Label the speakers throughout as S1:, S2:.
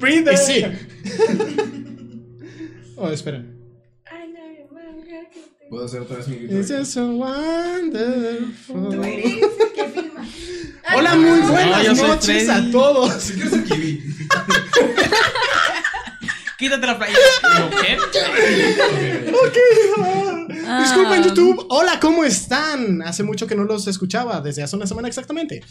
S1: Breather.
S2: Y sí. oh, espera.
S3: Puedo hacer otra vez mi
S2: It's
S3: grito.
S2: just so wonderful.
S4: ¿Qué filma?
S2: Hola, muy
S1: No,
S2: buenas
S1: yo soy
S2: noches
S1: Freddy.
S2: a todos.
S3: Si quieres el kiwi.
S1: Quítate la playa. ¿Qué?
S2: Ok. ah, Disculpen, YouTube. Hola, ¿cómo están? Hace mucho que no los escuchaba, desde hace una semana exactamente.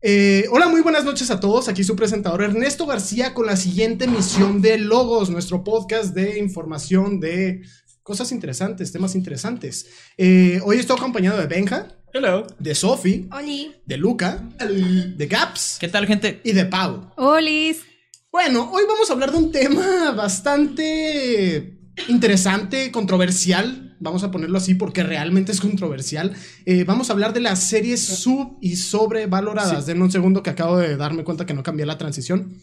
S2: Eh, hola, muy buenas noches a todos. Aquí su presentador Ernesto García con la siguiente misión de Logos, nuestro podcast de información de cosas interesantes, temas interesantes. Eh, hoy estoy acompañado de Benja,
S1: Hello.
S2: de Sofi,
S4: Oli.
S2: de Luca, de Gaps
S1: ¿Qué tal, gente?
S2: y de Pau.
S4: Olis.
S2: Bueno, hoy vamos a hablar de un tema bastante interesante, controversial. Vamos a ponerlo así porque realmente es controversial. Eh, vamos a hablar de las series
S5: Ah.
S2: sub y sobrevaloradas. Denme un segundo que acabo de darme cuenta que no cambié la transición.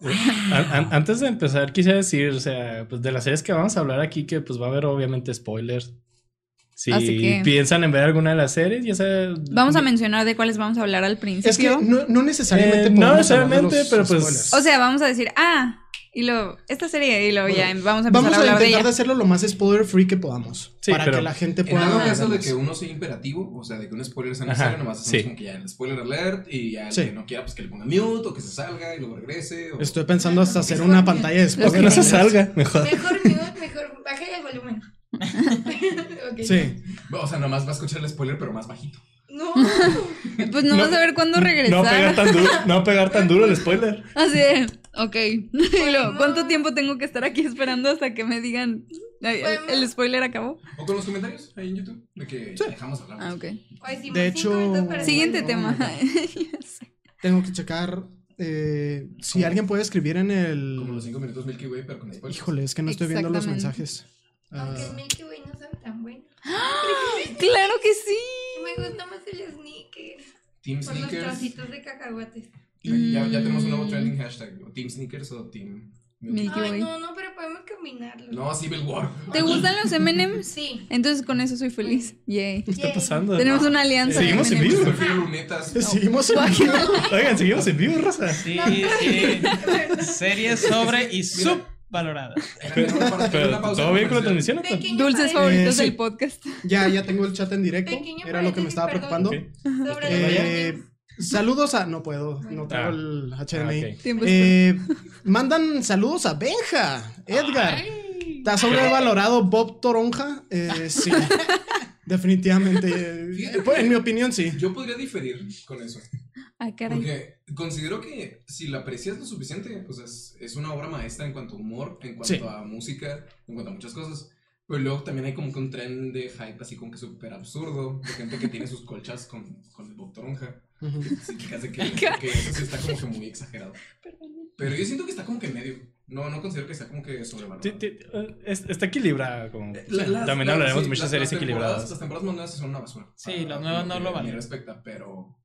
S5: An- an- antes de empezar, quise decir, o sea, pues de las series que vamos a hablar aquí, que pues va a haber obviamente spoilers. Si
S6: Así que-
S5: piensan en ver alguna de las series, ya sea...
S6: Vamos a mencionar de cuáles vamos a hablar al
S2: Es que
S6: principio.
S2: no, no necesariamente.
S5: Eh, no
S2: podemos hablar de
S5: necesariamente,
S2: los
S5: pero pues-
S2: spoilers.
S6: O sea, vamos a decir, ah, y lo, esta serie, y lo ya vamos a empezar
S2: Vamos
S6: a
S2: a
S6: hablar de
S2: intentar
S6: ella.
S2: de hacerlo lo más spoiler free que podamos.
S5: Sí,
S2: para
S5: pero-
S2: que la gente
S3: En
S2: pueda.
S3: dado caso de
S2: verlas.
S3: que uno sea imperativo, o sea, de que un spoiler sea
S5: Ajá,
S3: necesario, nomás hacemos
S5: sí.
S3: como que ya el spoiler alert y ya el
S2: Sí.
S3: que no quiera, pues que le ponga mute o que se salga y luego regrese. O...
S2: Estoy pensando hasta hacer una pantalla de
S5: Pues
S2: spoilers.
S5: que no se salga, mejor.
S4: Mejor mute, mejor. Baja el volumen. Ok.
S2: Sí.
S3: O sea, nomás va a escuchar el spoiler, pero más bajito.
S4: No.
S6: Pues no, vas a ver cuándo regresar.
S5: No pegar tan duro, no pegar tan duro el spoiler.
S6: Así de, ok. Y luego,
S4: no.
S6: ¿cuánto tiempo tengo que estar aquí esperando hasta que me digan "Ay, el, el spoiler acabó?
S3: O con los comentarios ahí en YouTube, de que dejamos hablar.
S6: Ah, ok.
S4: Hoy hicimos
S2: De
S4: cinco
S2: hecho-
S4: minutos para el
S6: Siguiente
S4: baile.
S6: tema. Ya sé.
S2: Tengo que checar eh, si alguien puede escribir en
S3: Como los
S2: el.
S3: 5 minutos Milky Way, pero con spoilers.
S2: Híjole, es que no estoy viendo los
S6: Exactamente.
S2: mensajes. Ah,
S4: Aunque el Milky Way no son tan buenos.
S6: ¡Claro que sí!
S4: Me gusta más el sneakers.
S3: Team
S4: Por los
S3: Sneakers.
S4: trocitos de cacahuates.
S3: Aquí Ya, ya
S6: Mm.
S3: tenemos un nuevo trending hashtag. o Team Sneakers o Team Milky
S6: Mil- Milky
S4: Ay,
S6: Way.
S4: no, no, pero podemos combinarlo.
S3: No, Civil War.
S6: ¿Te gustan los MMs?
S4: Sí.
S6: Entonces con eso soy feliz. Yay.
S5: ¿Qué está
S4: Yay.
S5: pasando?
S6: Tenemos una alianza. de
S5: Seguimos en
S6: M&Ms.
S5: vivo.
S3: Prefiero lunetas.
S2: Seguimos en vivo.
S5: Oigan, seguimos en vivo, Rosa.
S1: Sí, sí. Series sobre y subvaloradas.
S3: Era una parte- era
S5: Pero,
S3: una pausa
S5: ¿Todo bien con la
S3: comercial.
S5: transmisión? o qué?
S4: Pequeño
S6: Dulces
S4: paréntesis-
S6: favoritos
S2: sí.
S6: del podcast.
S2: Ya, ya tengo el chat en directo.
S4: Pequeño
S2: Era lo que me
S4: paréntesis,
S2: estaba
S4: perdón.
S2: preocupando.
S5: Ok.
S4: Sobre
S2: Eh,
S4: los
S2: saludos a. No puedo, no tengo
S5: Ah.
S2: el
S5: Ah,
S2: HDMI.
S5: ok.
S4: Pues,
S6: Tiempos
S2: Eh, mandan saludos a Benja, Edgar. Está sobrevalorado Bob Toronja. Eh, sí, definitivamente. Eh, pues, en mi opinión, sí.
S3: Yo podría diferir con eso.
S6: Ah, caray.
S3: Porque considero que si la aprecias lo suficiente, o sea, es, es una obra maestra en cuanto a humor, en cuanto
S2: Sí.
S3: a música, en cuanto a muchas cosas. Pero luego también hay como que un tren de hype así como que súper absurdo, de gente que tiene sus colchas con, con el Bob Toronja.
S2: Ujú.
S3: Sí, que hace que, que eso sí está como que muy exagerado. Pero yo siento que está como que en medio. No, no considero que sea como que
S5: Ti-
S3: sobrevalorado.
S5: ti- eh, es- Está equilibrada. Como,
S3: La- las-
S5: también
S3: la-
S5: hablaremos
S3: sí,
S5: de muchas
S3: las-
S5: series
S3: las temporadas-
S5: equilibradas.
S3: Las temporadas más nuevas sí son una basura.
S1: Sí,
S3: Ah,
S1: las nuevas no
S3: que
S1: lo
S3: a mí
S1: valen.
S3: respecta, pero.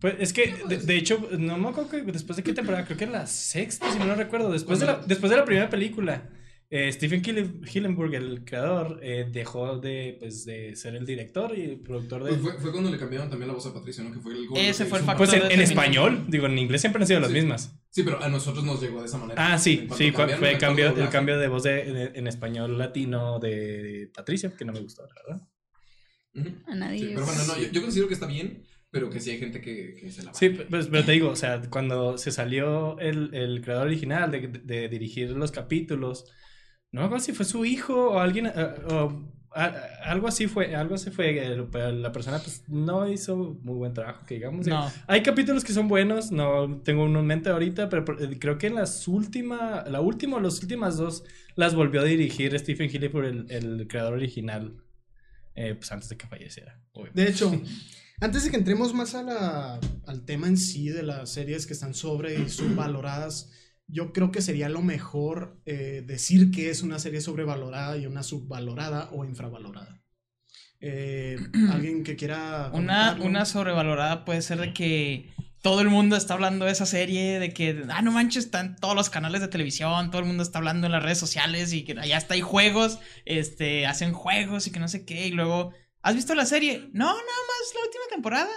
S5: Pues es que, de, de hecho, no me acuerdo que después de qué temporada, creo que la sexta, si no lo recuerdo, después de la, después de la primera película, eh, Stephen Kille- Hillenburg, el creador, eh, dejó de, pues, de ser el director y el productor
S3: Pues
S5: de...
S3: fue, fue cuando le cambiaron también la voz a Patricio, ¿no? Que fue el gol
S1: Ese
S3: que
S1: fue el
S3: hizo-
S1: factor.
S5: Pues en, en
S1: Determinante.
S5: español, digo, en inglés siempre han sido las
S3: Sí.
S5: mismas.
S3: Sí, pero a nosotros nos llegó de esa manera.
S5: Ah, sí,
S3: Cuando
S5: sí, cu-
S3: cambiaron
S5: fue el
S3: actor
S5: cambio,
S3: de
S5: el
S3: doblaje.
S5: cambio de voz de- en, en español latino de Patricio, que no me gustó, la verdad.
S3: Ujú.
S6: A
S3: Sí,
S6: nadie.
S3: pero bueno, no, yo, yo considero que está bien, pero que sí hay gente que, que se la va.
S5: Sí, pues, pero te digo, o sea, cuando se salió el, el creador original de, de dirigir los capítulos, no me acuerdo si fue su hijo o alguien, eh, o a- algo así fue, algo así fue, eh, pero la persona pues no hizo muy buen trabajo, que digamos.
S1: No.
S5: Hay capítulos que son buenos, no tengo uno en mente ahorita, pero por- eh, creo que en las últimas, la última o las últimas dos las volvió a dirigir Stephen Hilly por el, el creador original, eh, pues antes de que falleciera. obvio.
S2: De hecho, antes de que entremos más a la- al tema en sí de las series que están sobre y subvaloradas, yo creo que sería lo mejor eh, decir que es una serie sobrevalorada y una subvalorada o infravalorada. Eh, Alguien que quiera.
S1: Una,
S2: comentarlo?
S1: una sobrevalorada puede ser de que todo el mundo está hablando de esa serie, de que, ah, no manches, están todos los canales de televisión, todo el mundo está hablando en las redes sociales y que allá está hay juegos, este, hacen juegos y que no sé qué, y luego, ¿has visto la serie? No, nada más la última temporada.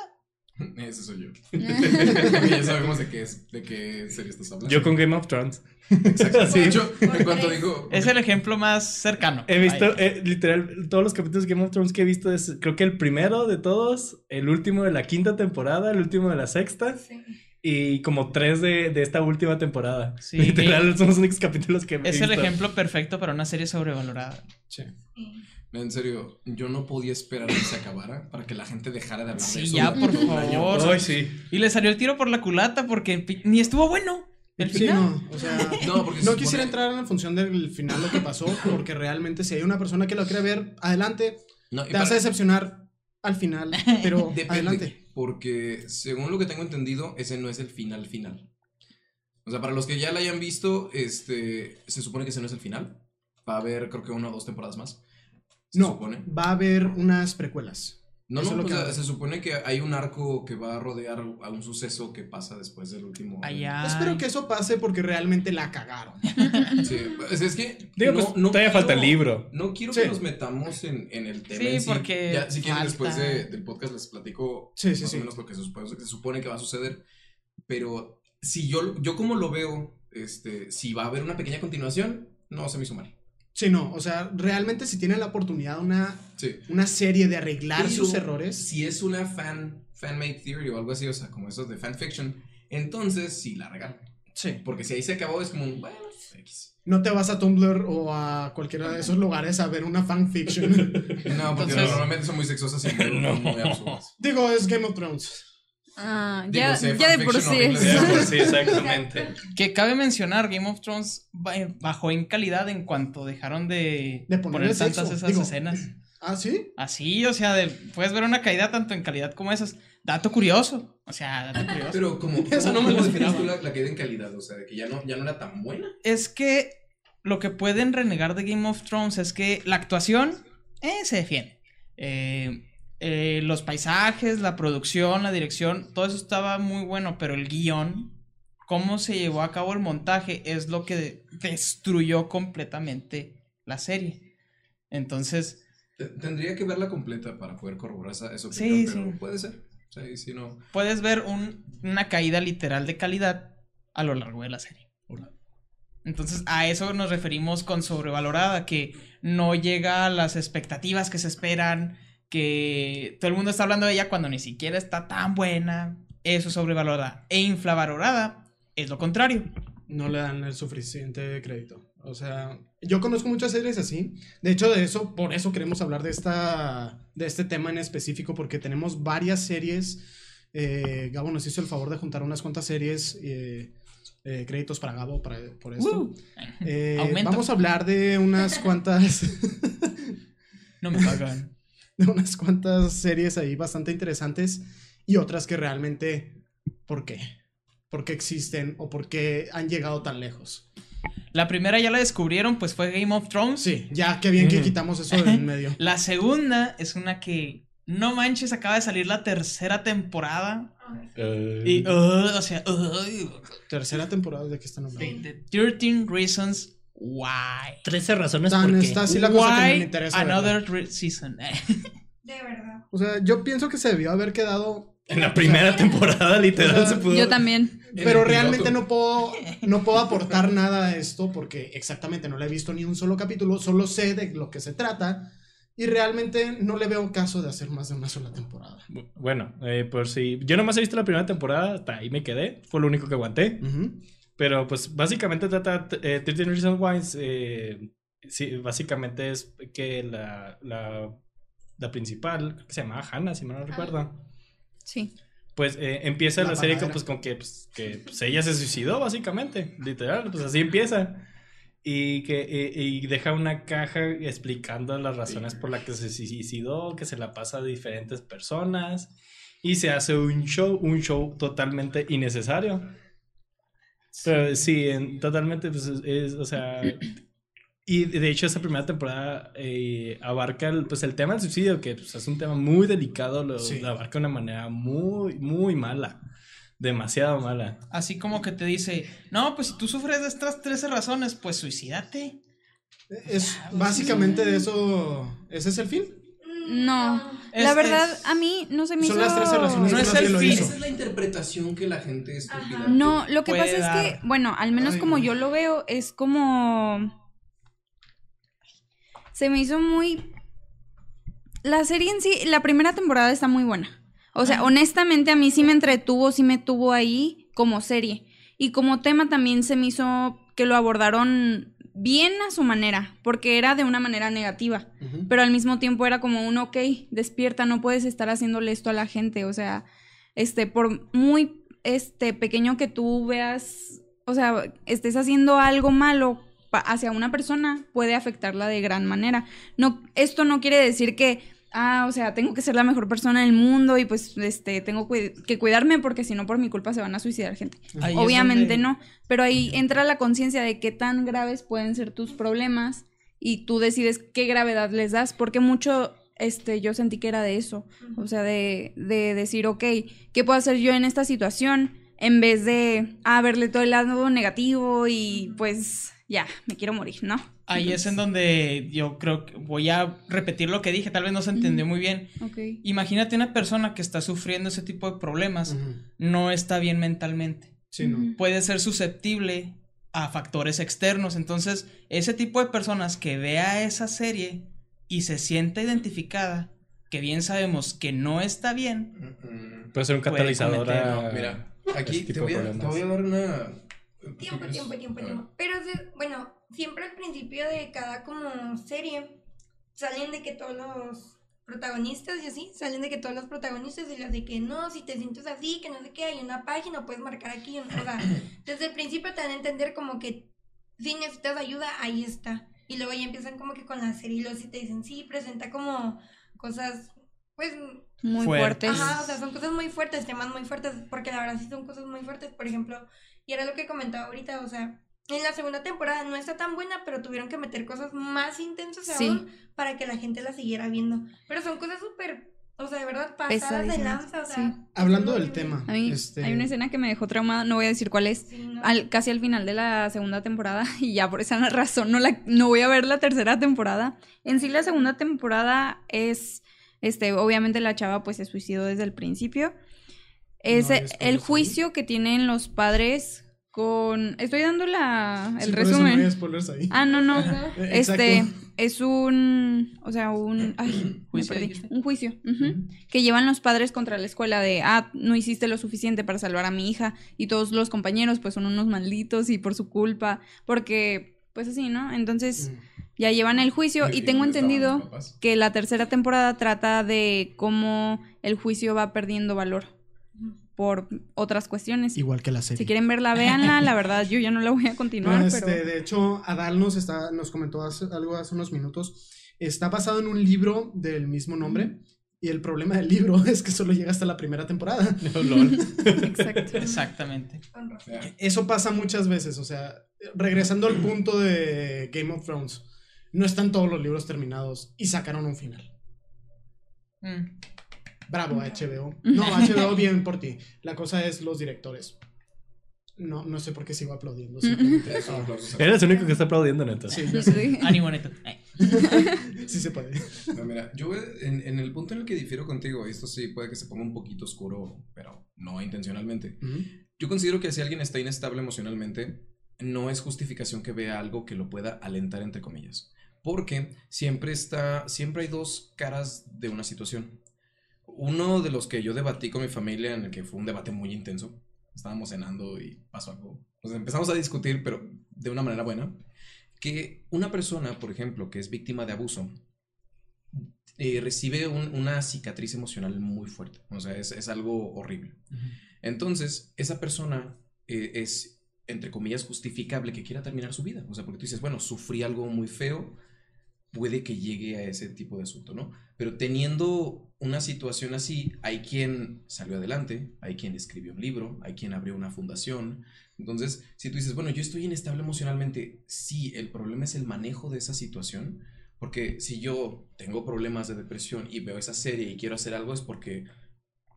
S3: Ese soy yo. Porque ya sabemos de qué, es, de qué serie estás hablando.
S5: Yo con Game of Thrones.
S3: Exacto.
S5: Sí.
S3: De hecho,
S4: Por
S3: en cuanto
S4: tres.
S3: digo.
S1: Es el ejemplo más cercano.
S5: He visto,
S1: Ahí.
S5: eh, literal, todos los capítulos de Game of Thrones que he visto es, creo que el primero de todos, el último de la quinta temporada, el último de la sexta
S4: Sí.
S5: y como tres de, de esta última temporada.
S1: Sí.
S5: literal, son los únicos capítulos que he
S1: Es el
S5: visto.
S1: ejemplo perfecto para una serie sobrevalorada.
S3: Sí.
S4: sí.
S3: En serio, yo no podía esperar a que se acabara para que la gente dejara de hablar de
S1: Sí,
S3: eso.
S1: ya, por
S3: durante todo un año.
S1: favor.
S5: Ay, sí.
S1: Y le salió el tiro por la culata porque pi- ni estuvo bueno. El
S2: Sí,
S1: final. pues,
S2: no, o sea,
S3: No, porque se
S2: no
S3: supone-
S2: quisiera entrar en función del final lo que pasó, porque realmente si hay una persona que lo quiere ver, adelante,
S3: No, y
S2: te vas a
S3: para-
S2: decepcionar al final, pero
S3: Depende,
S2: adelante.
S3: porque según lo que tengo entendido, ese no es el final final. O sea, para los que ya la hayan visto, este, se supone que ese no es el final. Va a haber, creo que una o dos temporadas más. Se
S2: No,
S3: supone.
S2: va a haber unas precuelas.
S3: No,
S2: eso es lo
S3: no, o
S2: que
S3: sea,
S2: va a haber.
S3: se supone que hay un arco que va a rodear a un suceso que pasa después del último.
S1: Allá.
S2: Espero que eso pase porque realmente la cagaron.
S3: Sí, es, es que.
S5: Digo,
S3: no-
S5: pues
S3: no
S5: todavía falta el
S3: quiero-
S5: libro.
S3: No quiero
S2: Sí.
S3: que nos metamos en, en el tema.
S1: Sí,
S3: en
S1: porque
S3: Ya, si quieren,
S1: falta.
S3: después de- del podcast les platico
S2: Sí, sí,
S3: más
S2: sí.
S3: o menos lo que se supone, se supone que va a suceder. Pero si yo, yo como lo veo, este, si va a haber una pequeña continuación, no se me hizo mal.
S2: Sí, no, o sea, realmente si tienen la oportunidad una,
S3: Sí.
S2: una serie de arreglar
S3: Pero
S2: sus errores.
S3: Si es una fan, fan-made theory o algo así, o sea, como esos de fanfiction, entonces sí la regalan.
S2: Sí.
S3: Porque si ahí se acabó, es como un. Bueno, X.
S2: No te vas a Tumblr o a cualquiera de esos lugares a ver una fanfiction.
S3: No, porque
S1: Entonces-
S3: normalmente son muy sexosas y muy,
S5: No.
S3: muy absurdas.
S2: Digo, es Game of Thrones.
S6: Ah,
S3: Digo,
S6: ya,
S3: sé, ¿eh?
S6: ya de por sí
S3: fanfiction
S6: es.
S5: Ya, pues, sí, exactamente.
S1: Que cabe mencionar, Game of Thrones ba- eh, bajó en calidad en cuanto dejaron de,
S2: De ponerle
S1: poner
S2: sexo,
S1: tantas esas
S2: digo.
S1: escenas.
S2: ¿Ah, sí?
S1: Así, o sea, de- puedes ver una caída tanto en calidad como esas. Dato curioso. O sea, dato curioso.
S3: Pero como.
S2: Eso no me lo
S3: ¿cómo defines
S2: esperaba.
S3: tú La, la que en calidad, o sea, de que ya no, ya no era tan buena.
S1: es que lo que pueden renegar de Game of Thrones es que la actuación eh, se defiende. Eh, eh, los paisajes, la producción, la dirección, todo eso estaba muy bueno, pero el guión, cómo se llevó a cabo el montaje, es lo que destruyó completamente la serie. Entonces,
S3: Te- Tendría que verla completa para poder corroborar esa, eso.
S1: Sí,
S3: pero
S1: sí.
S3: puede ser. Sí, sí, no.
S1: puedes ver un- una caída literal de calidad a lo largo de la serie. Entonces, a eso nos referimos con sobrevalorada, que no llega a las expectativas que se esperan, que todo el mundo está hablando de ella cuando ni siquiera está tan buena. Eso es sobrevalorada. E infravalorada es lo contrario.
S2: No le dan el suficiente crédito. O sea, yo conozco muchas series así. De hecho, de eso, por eso queremos hablar de, esta, de este tema en específico, porque tenemos varias series. Eh, Gabo nos hizo el favor de juntar unas cuantas series. eh, eh, créditos para Gabo para, por esto.
S1: Uh,
S2: Eh,
S1: Aumento.
S2: vamos a hablar de unas cuantas.
S1: No me pagan.
S2: de unas cuantas series ahí bastante interesantes y otras que realmente, ¿por qué? ¿Por qué existen o por qué han llegado tan lejos?
S1: La primera ya la descubrieron, pues fue Game of Thrones.
S2: Sí, ya qué bien que
S5: Mm.
S2: quitamos eso de en medio.
S1: La segunda es una que, no manches, acaba de salir la tercera temporada.
S4: Ay,
S5: Eh,
S1: Y, uh, o sea, uh,
S2: Tercera temporada de que están
S1: de-
S2: hablando.
S1: de 13 Reasons Why.
S5: 13 razones
S2: Tan está así la cosa que no me
S1: Why
S2: interesa. ¿verdad?
S1: another re- season.
S4: De verdad.
S2: O sea, yo pienso que se debió haber quedado,
S5: En la primera temporada, literal, se pudo.
S6: Yo también.
S3: En
S2: pero
S3: el
S2: realmente
S3: piloto.
S2: no puedo no puedo aportar nada a esto porque exactamente no le he visto ni un solo capítulo, solo sé de lo que se trata y realmente no le veo caso de hacer más de una sola temporada.
S5: Bu- Bueno, eh, por si. Yo nomás he visto la primera temporada, hasta ahí me quedé. Fue lo único que aguanté.
S2: Ujú.
S5: Pero pues básicamente trata. Eh, 13 Reasons Why. eh, sí, básicamente es que la, la, la principal, creo que se llamaba Hannah, si mal no recuerdo.
S6: Sí.
S5: Pues eh, empieza
S2: La
S5: la, serie con,
S2: panadera.
S5: pues, con que, pues, que, pues, ella se suicidó, básicamente. Literal, pues así empieza. Y que y- y deja una caja explicando las razones por las que se suicidó, que se la pasa a diferentes personas. Y se hace un show, un show totalmente innecesario. Pero sí, en- totalmente, pues es- es, o sea... Y de hecho esta primera temporada eh, abarca el, pues, el tema del suicidio, que pues, es un tema muy delicado, lo
S2: Sí.
S5: lo abarca de una manera muy, muy mala, demasiado mala.
S1: Así como que te dice, no, pues si tú sufres de estas 13 razones, pues suicídate.
S2: E-, Es básicamente de eso. Ese es el fin.
S6: No.
S1: Es-
S6: la verdad,
S1: es-
S6: a mí no se me
S2: Este Son
S6: hizo.
S2: las 13 razones
S1: No
S2: por
S1: es
S2: las que
S1: el
S2: lo
S1: fin.
S2: hizo.
S1: Esa
S3: es la interpretación que la gente estúpida.
S4: Ajá.
S6: No, lo que
S1: puede
S6: pasa es
S1: dar.
S6: que, bueno, al menos
S3: Ay,
S6: como
S3: no.
S6: yo lo veo, es como. Se me hizo muy. La serie en sí, la primera temporada está muy buena. O sea, honestamente a mí sí me entretuvo, sí me tuvo ahí como serie. Y como tema también se me hizo que lo abordaron bien a su manera, porque era de una manera negativa
S2: Ujú.
S6: pero al mismo tiempo era como un ok, despierta, no puedes estar haciéndole esto a la gente, o sea, este, por muy este pequeño que tú veas, o sea, estés haciendo algo malo pa- hacia una persona, puede afectarla de gran manera. No, esto no quiere decir que, ah, o sea, tengo que ser la mejor persona del mundo y pues, este, tengo cuid- que cuidarme porque si no por mi culpa se van a suicidar gente.
S1: Ahí es
S6: Obviamente
S1: donde-
S6: no, pero ahí entra la conciencia de qué tan graves pueden ser tus problemas y tú decides qué gravedad les das, porque mucho este yo sentí que era de eso, o sea, de, de decir, ok, ¿qué puedo hacer yo en esta situación? En vez de ah, verle todo el lado negativo y pues ya, me quiero morir, ¿no?
S1: Ahí es en donde yo creo que voy a repetir lo que dije, tal vez no se entendió muy bien.
S6: Ok.
S1: Imagínate una persona que está sufriendo ese tipo de problemas,
S2: Ujú.
S1: no está bien mentalmente,
S2: Sí, no.
S1: puede ser susceptible a factores externos, entonces ese tipo de personas que vea esa serie y se sienta identificada, que bien sabemos que no está bien,
S3: Mm,
S5: Puede ser un
S1: Puede
S5: catalizador.
S1: cometer,
S5: a-
S3: mm. Mira,
S5: Ese
S3: aquí te
S5: tipo
S3: voy,
S5: de
S3: a, te
S5: problemas.
S3: voy a dar una.
S4: Tiempo, tiempo, tiempo,
S3: A ver.
S4: tiempo. Pero, de- bueno, siempre al principio de cada como serie salen de que todos los protagonistas y así, salen de que todos los protagonistas y las de que no, si te sientes así, que no sé qué, hay una página, puedes marcar aquí. O sea, desde el principio te dan a entender como que si necesitas ayuda, ahí está. Y luego ya empiezan como que con la serie y luego sí te dicen, sí, presenta como cosas, pues
S6: Muy
S1: Fuerte.
S6: fuertes.
S4: Ajá, o sea, son cosas muy fuertes, temas muy fuertes, porque la verdad sí son cosas muy fuertes, por ejemplo, y era lo que comentaba ahorita, o sea, en la segunda temporada no está tan buena, pero tuvieron que meter cosas más intensas
S6: Sí.
S4: aún para que la gente la siguiera viendo, pero son cosas súper, o sea, de verdad, pasadas de
S6: Pesadísimas,
S4: lanza, o sea...
S6: sí.
S2: Hablando
S4: no,
S2: del
S4: no,
S2: tema,
S6: A mí
S2: este,
S6: hay una escena que me dejó traumada, no voy a decir cuál es,
S4: sí, no.
S6: al, casi al final de la segunda temporada y ya por esa razón no, la, no voy a ver la tercera temporada. En sí la segunda temporada es, este, obviamente la chava pues se suicidó desde el principio. Es
S2: No,
S6: eh,
S2: es cuando
S6: el
S2: sale.
S6: juicio que tienen los padres con... Estoy dando la, el
S2: sí, por eso
S6: resumen.
S2: no hay spoilers ahí.
S6: Ah, no, no.
S2: Eh,
S6: Este
S2: exacto.
S6: es un, o sea, un, ay, me
S1: ¿Juicio,
S6: perdí.
S1: dijiste?
S6: un juicio ujú,
S2: Ujú.
S6: que llevan los padres contra la escuela de, ah, no hiciste lo suficiente para salvar a mi hija y todos los compañeros pues son unos malditos y por su culpa, porque pues así, ¿no? Entonces
S2: Mm.
S6: ya llevan el juicio y
S3: ¿Y
S6: tengo
S3: dónde estaban los
S6: entendido
S3: papás?
S6: que la tercera temporada trata de cómo el juicio va perdiendo valor por otras cuestiones.
S2: Igual que la serie.
S6: Si quieren verla, véanla, la verdad yo ya no la voy a continuar,
S2: No,
S6: pero
S2: este, De hecho, Adal nos, está, nos comentó hace- algo hace unos minutos. Está basado en un libro del mismo nombre. Y el problema del libro es que solo llega hasta la primera temporada.
S5: Lol.
S6: exacto.
S1: exactamente.
S4: Con razón.
S3: Ya.
S2: Eso pasa muchas veces. O sea, regresando al punto de Game of Thrones. No están todos los libros terminados y sacaron un final.
S1: Mm.
S2: Bravo, HBO. No, HBO, bien por ti. La cosa es los directores. No, no sé por qué sigo aplaudiendo. simplemente.
S3: Esos aplausos.
S5: Eres el único que está aplaudiendo, neta.
S2: Sí, ya sé.
S6: Sí.
S1: Ánimo, Neto. Ay.
S2: Sí se puede.
S3: No, mira, yo eh, en, en el punto en el que difiero contigo, esto sí puede que se ponga un poquito oscuro, pero no intencionalmente. Yo considero que si alguien está inestable emocionalmente, no es justificación que vea algo que lo pueda alentar, entre comillas. Porque siempre está, siempre hay dos caras de una situación. Uno de los que yo debatí con mi familia, en el que fue un debate muy intenso, estábamos cenando y pasó algo. Nos empezamos a discutir, pero de una manera buena, que una persona, por ejemplo, que es víctima de abuso, eh, recibe un- una cicatriz emocional muy fuerte. O sea, es, es algo horrible. Entonces, esa persona eh, es, entre comillas, justificable que quiera terminar su vida. O sea, porque tú dices, bueno, sufrí algo muy feo, puede que llegue a ese tipo de asunto, ¿no? Pero teniendo una situación así, hay quien salió adelante, hay quien escribió un libro, hay quien abrió una fundación. Entonces, si tú dices, bueno, yo estoy inestable emocionalmente, sí, el problema es el manejo de esa situación. Porque si yo tengo problemas de depresión y veo esa serie y quiero hacer algo es porque,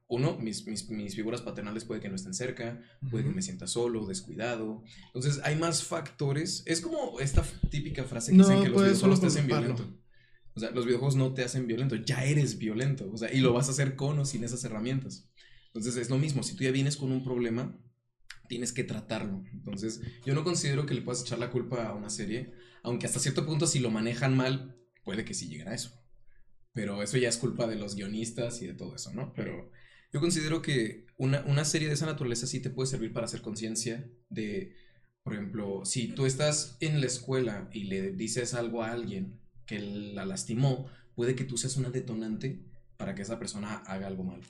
S3: uno, mis, mis, mis figuras paternales puede que no estén cerca, puede que me sienta solo, descuidado. Entonces hay más factores. Es como esta f- típica frase que
S2: No
S3: dicen que los
S2: puedes solo
S3: videojuegos te hacen
S2: culparlo.
S3: violento. O sea, los videojuegos no te hacen violento, ya eres violento. O sea, y lo vas a hacer con o sin esas herramientas. Entonces es lo mismo, si tú ya vienes con un problema, tienes que tratarlo. Entonces yo no considero que le puedas echar la culpa a una serie, aunque hasta cierto punto si lo manejan mal, puede que sí lleguen a eso. Pero eso ya es culpa de los guionistas y de todo eso, ¿no? Pero yo considero que una, una serie de esa naturaleza sí te puede servir para hacer conciencia de, por ejemplo, si tú estás en la escuela y le dices algo a alguien que la lastimó, puede que tú seas una detonante para que esa persona haga algo malo.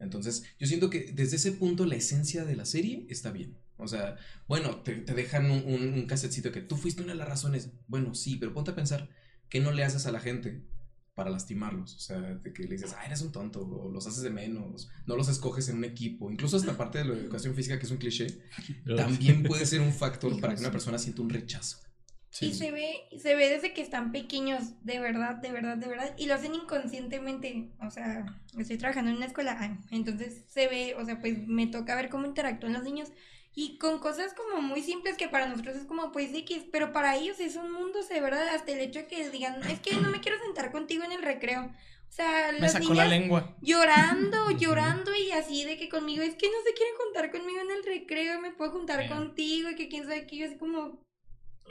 S3: Entonces, yo siento que desde ese punto la esencia de la serie está bien. O sea, bueno, te, te dejan un, un, un casetcito que tú fuiste una de las razones. Bueno, sí, pero ponte a pensar, ¿qué no le haces a la gente para lastimarlos? O sea, de que le dices, ah, eres un tonto, o los haces de menos, no los escoges en un equipo. Incluso esta parte de la educación física, que es un cliché, también puede ser un factor para que una persona sienta un rechazo.
S4: Y se ve, se ve desde que están pequeños, de verdad, de verdad, de verdad. Y lo hacen inconscientemente. O sea, estoy trabajando en una escuela, ay, entonces se ve, o sea, pues me toca ver cómo interactúan los niños. Y con cosas como muy simples que para nosotros es como pues X, pero para ellos es un mundo, de verdad, hasta el hecho de que digan, es que no me quiero sentar contigo en el recreo. O sea,
S1: Me
S4: las
S1: sacó la
S4: niñas
S1: lengua.
S4: llorando, llorando y así de que conmigo, es que no se quieren juntar conmigo en el recreo y me puedo juntar
S1: Mira.
S4: contigo y que quién sabe qué, yo así como,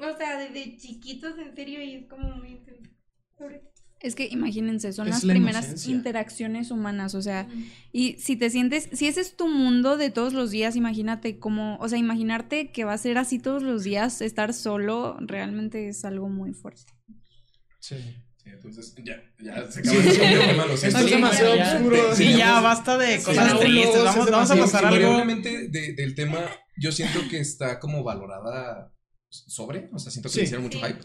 S4: o sea, desde chiquitos en serio y es como muy intenso. Pobre-
S6: Es que imagínense, son
S2: Es
S6: las
S2: la
S6: primeras
S2: inocencia.
S6: interacciones humanas, o sea, y si te sientes, si ese es tu mundo de todos los días, imagínate como, o sea, imaginarte que va a ser así todos los días, estar solo, realmente es algo muy fuerte.
S2: Sí.
S3: Sí, entonces, ya, ya se acabó. el tiempo, hermano,
S2: Esto
S3: siento
S2: es
S3: que-
S2: demasiado
S1: ya.
S2: oscuro.
S1: Sí, ya
S3: Teníamos-
S1: basta de
S3: Sí,
S1: cosas
S2: no,
S1: tristes.
S2: no,
S1: Vamos,
S2: es
S1: vamos a
S2: demasiado
S1: pasar algo.
S3: Invariablemente de- del tema, yo siento que está como valorada sobre, o sea, siento que
S2: Sí.
S3: le hicieron mucho
S4: Sí.
S3: hype,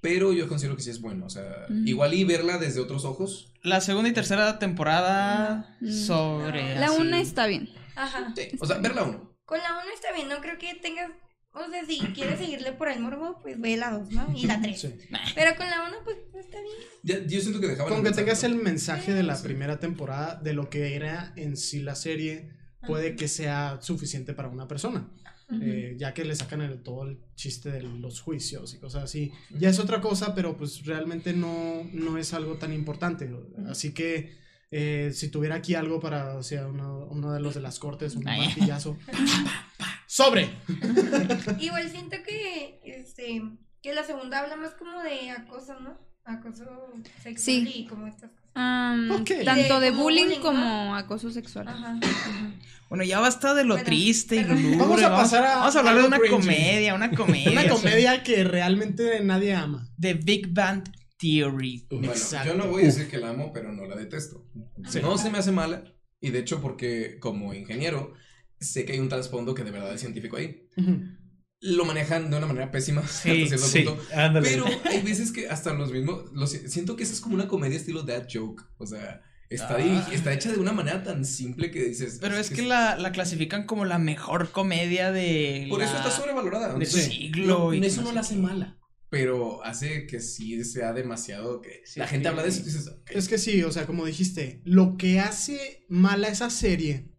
S3: pero yo considero que sí es bueno, o sea,
S6: Mm.
S3: igual y verla desde otros ojos.
S1: La segunda y tercera temporada
S6: Mm.
S1: sobre.
S6: La
S1: Eh, así.
S6: una está bien.
S4: Ajá.
S3: sí, o sea, verla uno.
S4: Con la 1 está bien, no creo que tengas, o sea, si quieres seguirle por el morbo, pues ve la 2, ¿no? Y la 3.
S2: Sí.
S4: Pero con la 1 pues está bien.
S3: Ya, yo siento que dejaban
S2: Con que tengas el
S3: el
S2: mensaje de la
S3: Sí.
S2: primera temporada, de lo que era en sí la serie, puede que sea suficiente para una persona. Eh, ya que le sacan el- todo el chiste de los juicios y cosas así. Ya es otra cosa, pero pues realmente no, no es algo tan importante. Así que eh, si tuviera aquí algo para, o sea, uno, uno de los de las cortes, un
S1: Ay.
S2: martillazo. pa, pa, pa, ¡Sobre!
S4: Igual siento que, este, que la segunda habla más como de acoso, ¿no? Acoso sexual
S6: Sí.
S4: y como estas cosas.
S6: Am,
S2: Ok.
S6: Tanto
S4: De-
S6: de
S4: como
S6: bullying
S4: bullying,
S6: como acoso sexual.
S4: Ajá.
S1: Bueno, ya basta de lo
S4: Bueno,
S1: triste y lo
S4: perdón.
S2: Vamos
S1: lúgubre,
S2: a pasar a
S1: vamos a hablar de
S2: algo
S1: una
S2: cringy.
S1: comedia, una comedia.
S2: Una
S1: o sea,
S2: comedia que realmente nadie ama.
S1: de Big Bang Theory.
S3: Bueno,
S2: Exacto.
S3: yo no voy a decir que la amo, pero no la detesto. No se me hace mala, y de hecho porque como ingeniero sé que hay un trasfondo que de verdad es científico ahí.
S2: Ujú.
S3: Lo manejan de una manera pésima
S1: Sí,
S3: hasta cierto
S5: Sí,
S3: punto.
S5: ándale.
S3: Pero hay veces que hasta los mismos. Los, siento que esa es como una comedia estilo dad joke. O sea, está, ahí-
S1: Ah.
S3: está hecha de una manera tan simple que dices.
S1: Pero es que la, la clasifican como la mejor comedia de.
S3: Por eso
S1: la-
S3: está sobrevalorada.
S1: del
S3: entonces,
S1: siglo
S3: no-
S1: y
S3: eso
S1: no
S3: no
S1: sé
S3: la hace
S1: qué.
S3: mala. Pero hace que sí sea demasiado. que
S1: Sí,
S3: La gente
S1: sí.
S3: habla de eso y dices. ok,
S2: Es que sí, o sea, como dijiste, lo que hace mala esa serie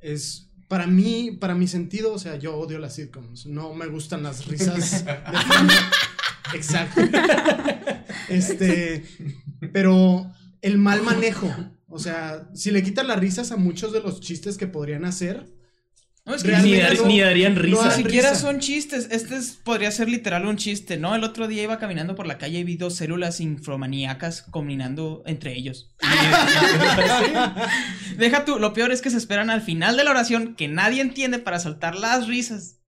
S2: es para mí, para mi sentido, o sea, yo odio las sitcoms, no me gustan las
S3: pues,
S2: risas. de- Exacto. Este, pero el mal manejo, o sea, si le quitas las risas a muchos de los chistes que podrían hacer,
S1: No, es que
S5: ni,
S2: Realmente
S5: dar-
S2: no-
S5: ni darían
S1: Ni
S2: dan
S5: risa.
S2: sí.
S1: siquiera
S2: risa.
S1: son chistes. Este es- podría ser literal un chiste, ¿no? El otro día iba caminando por la calle y vi dos células infromaníacas combinando entre ellos. Deja tú, lo peor es que se esperan al final de la oración que nadie entiende para saltar las risas.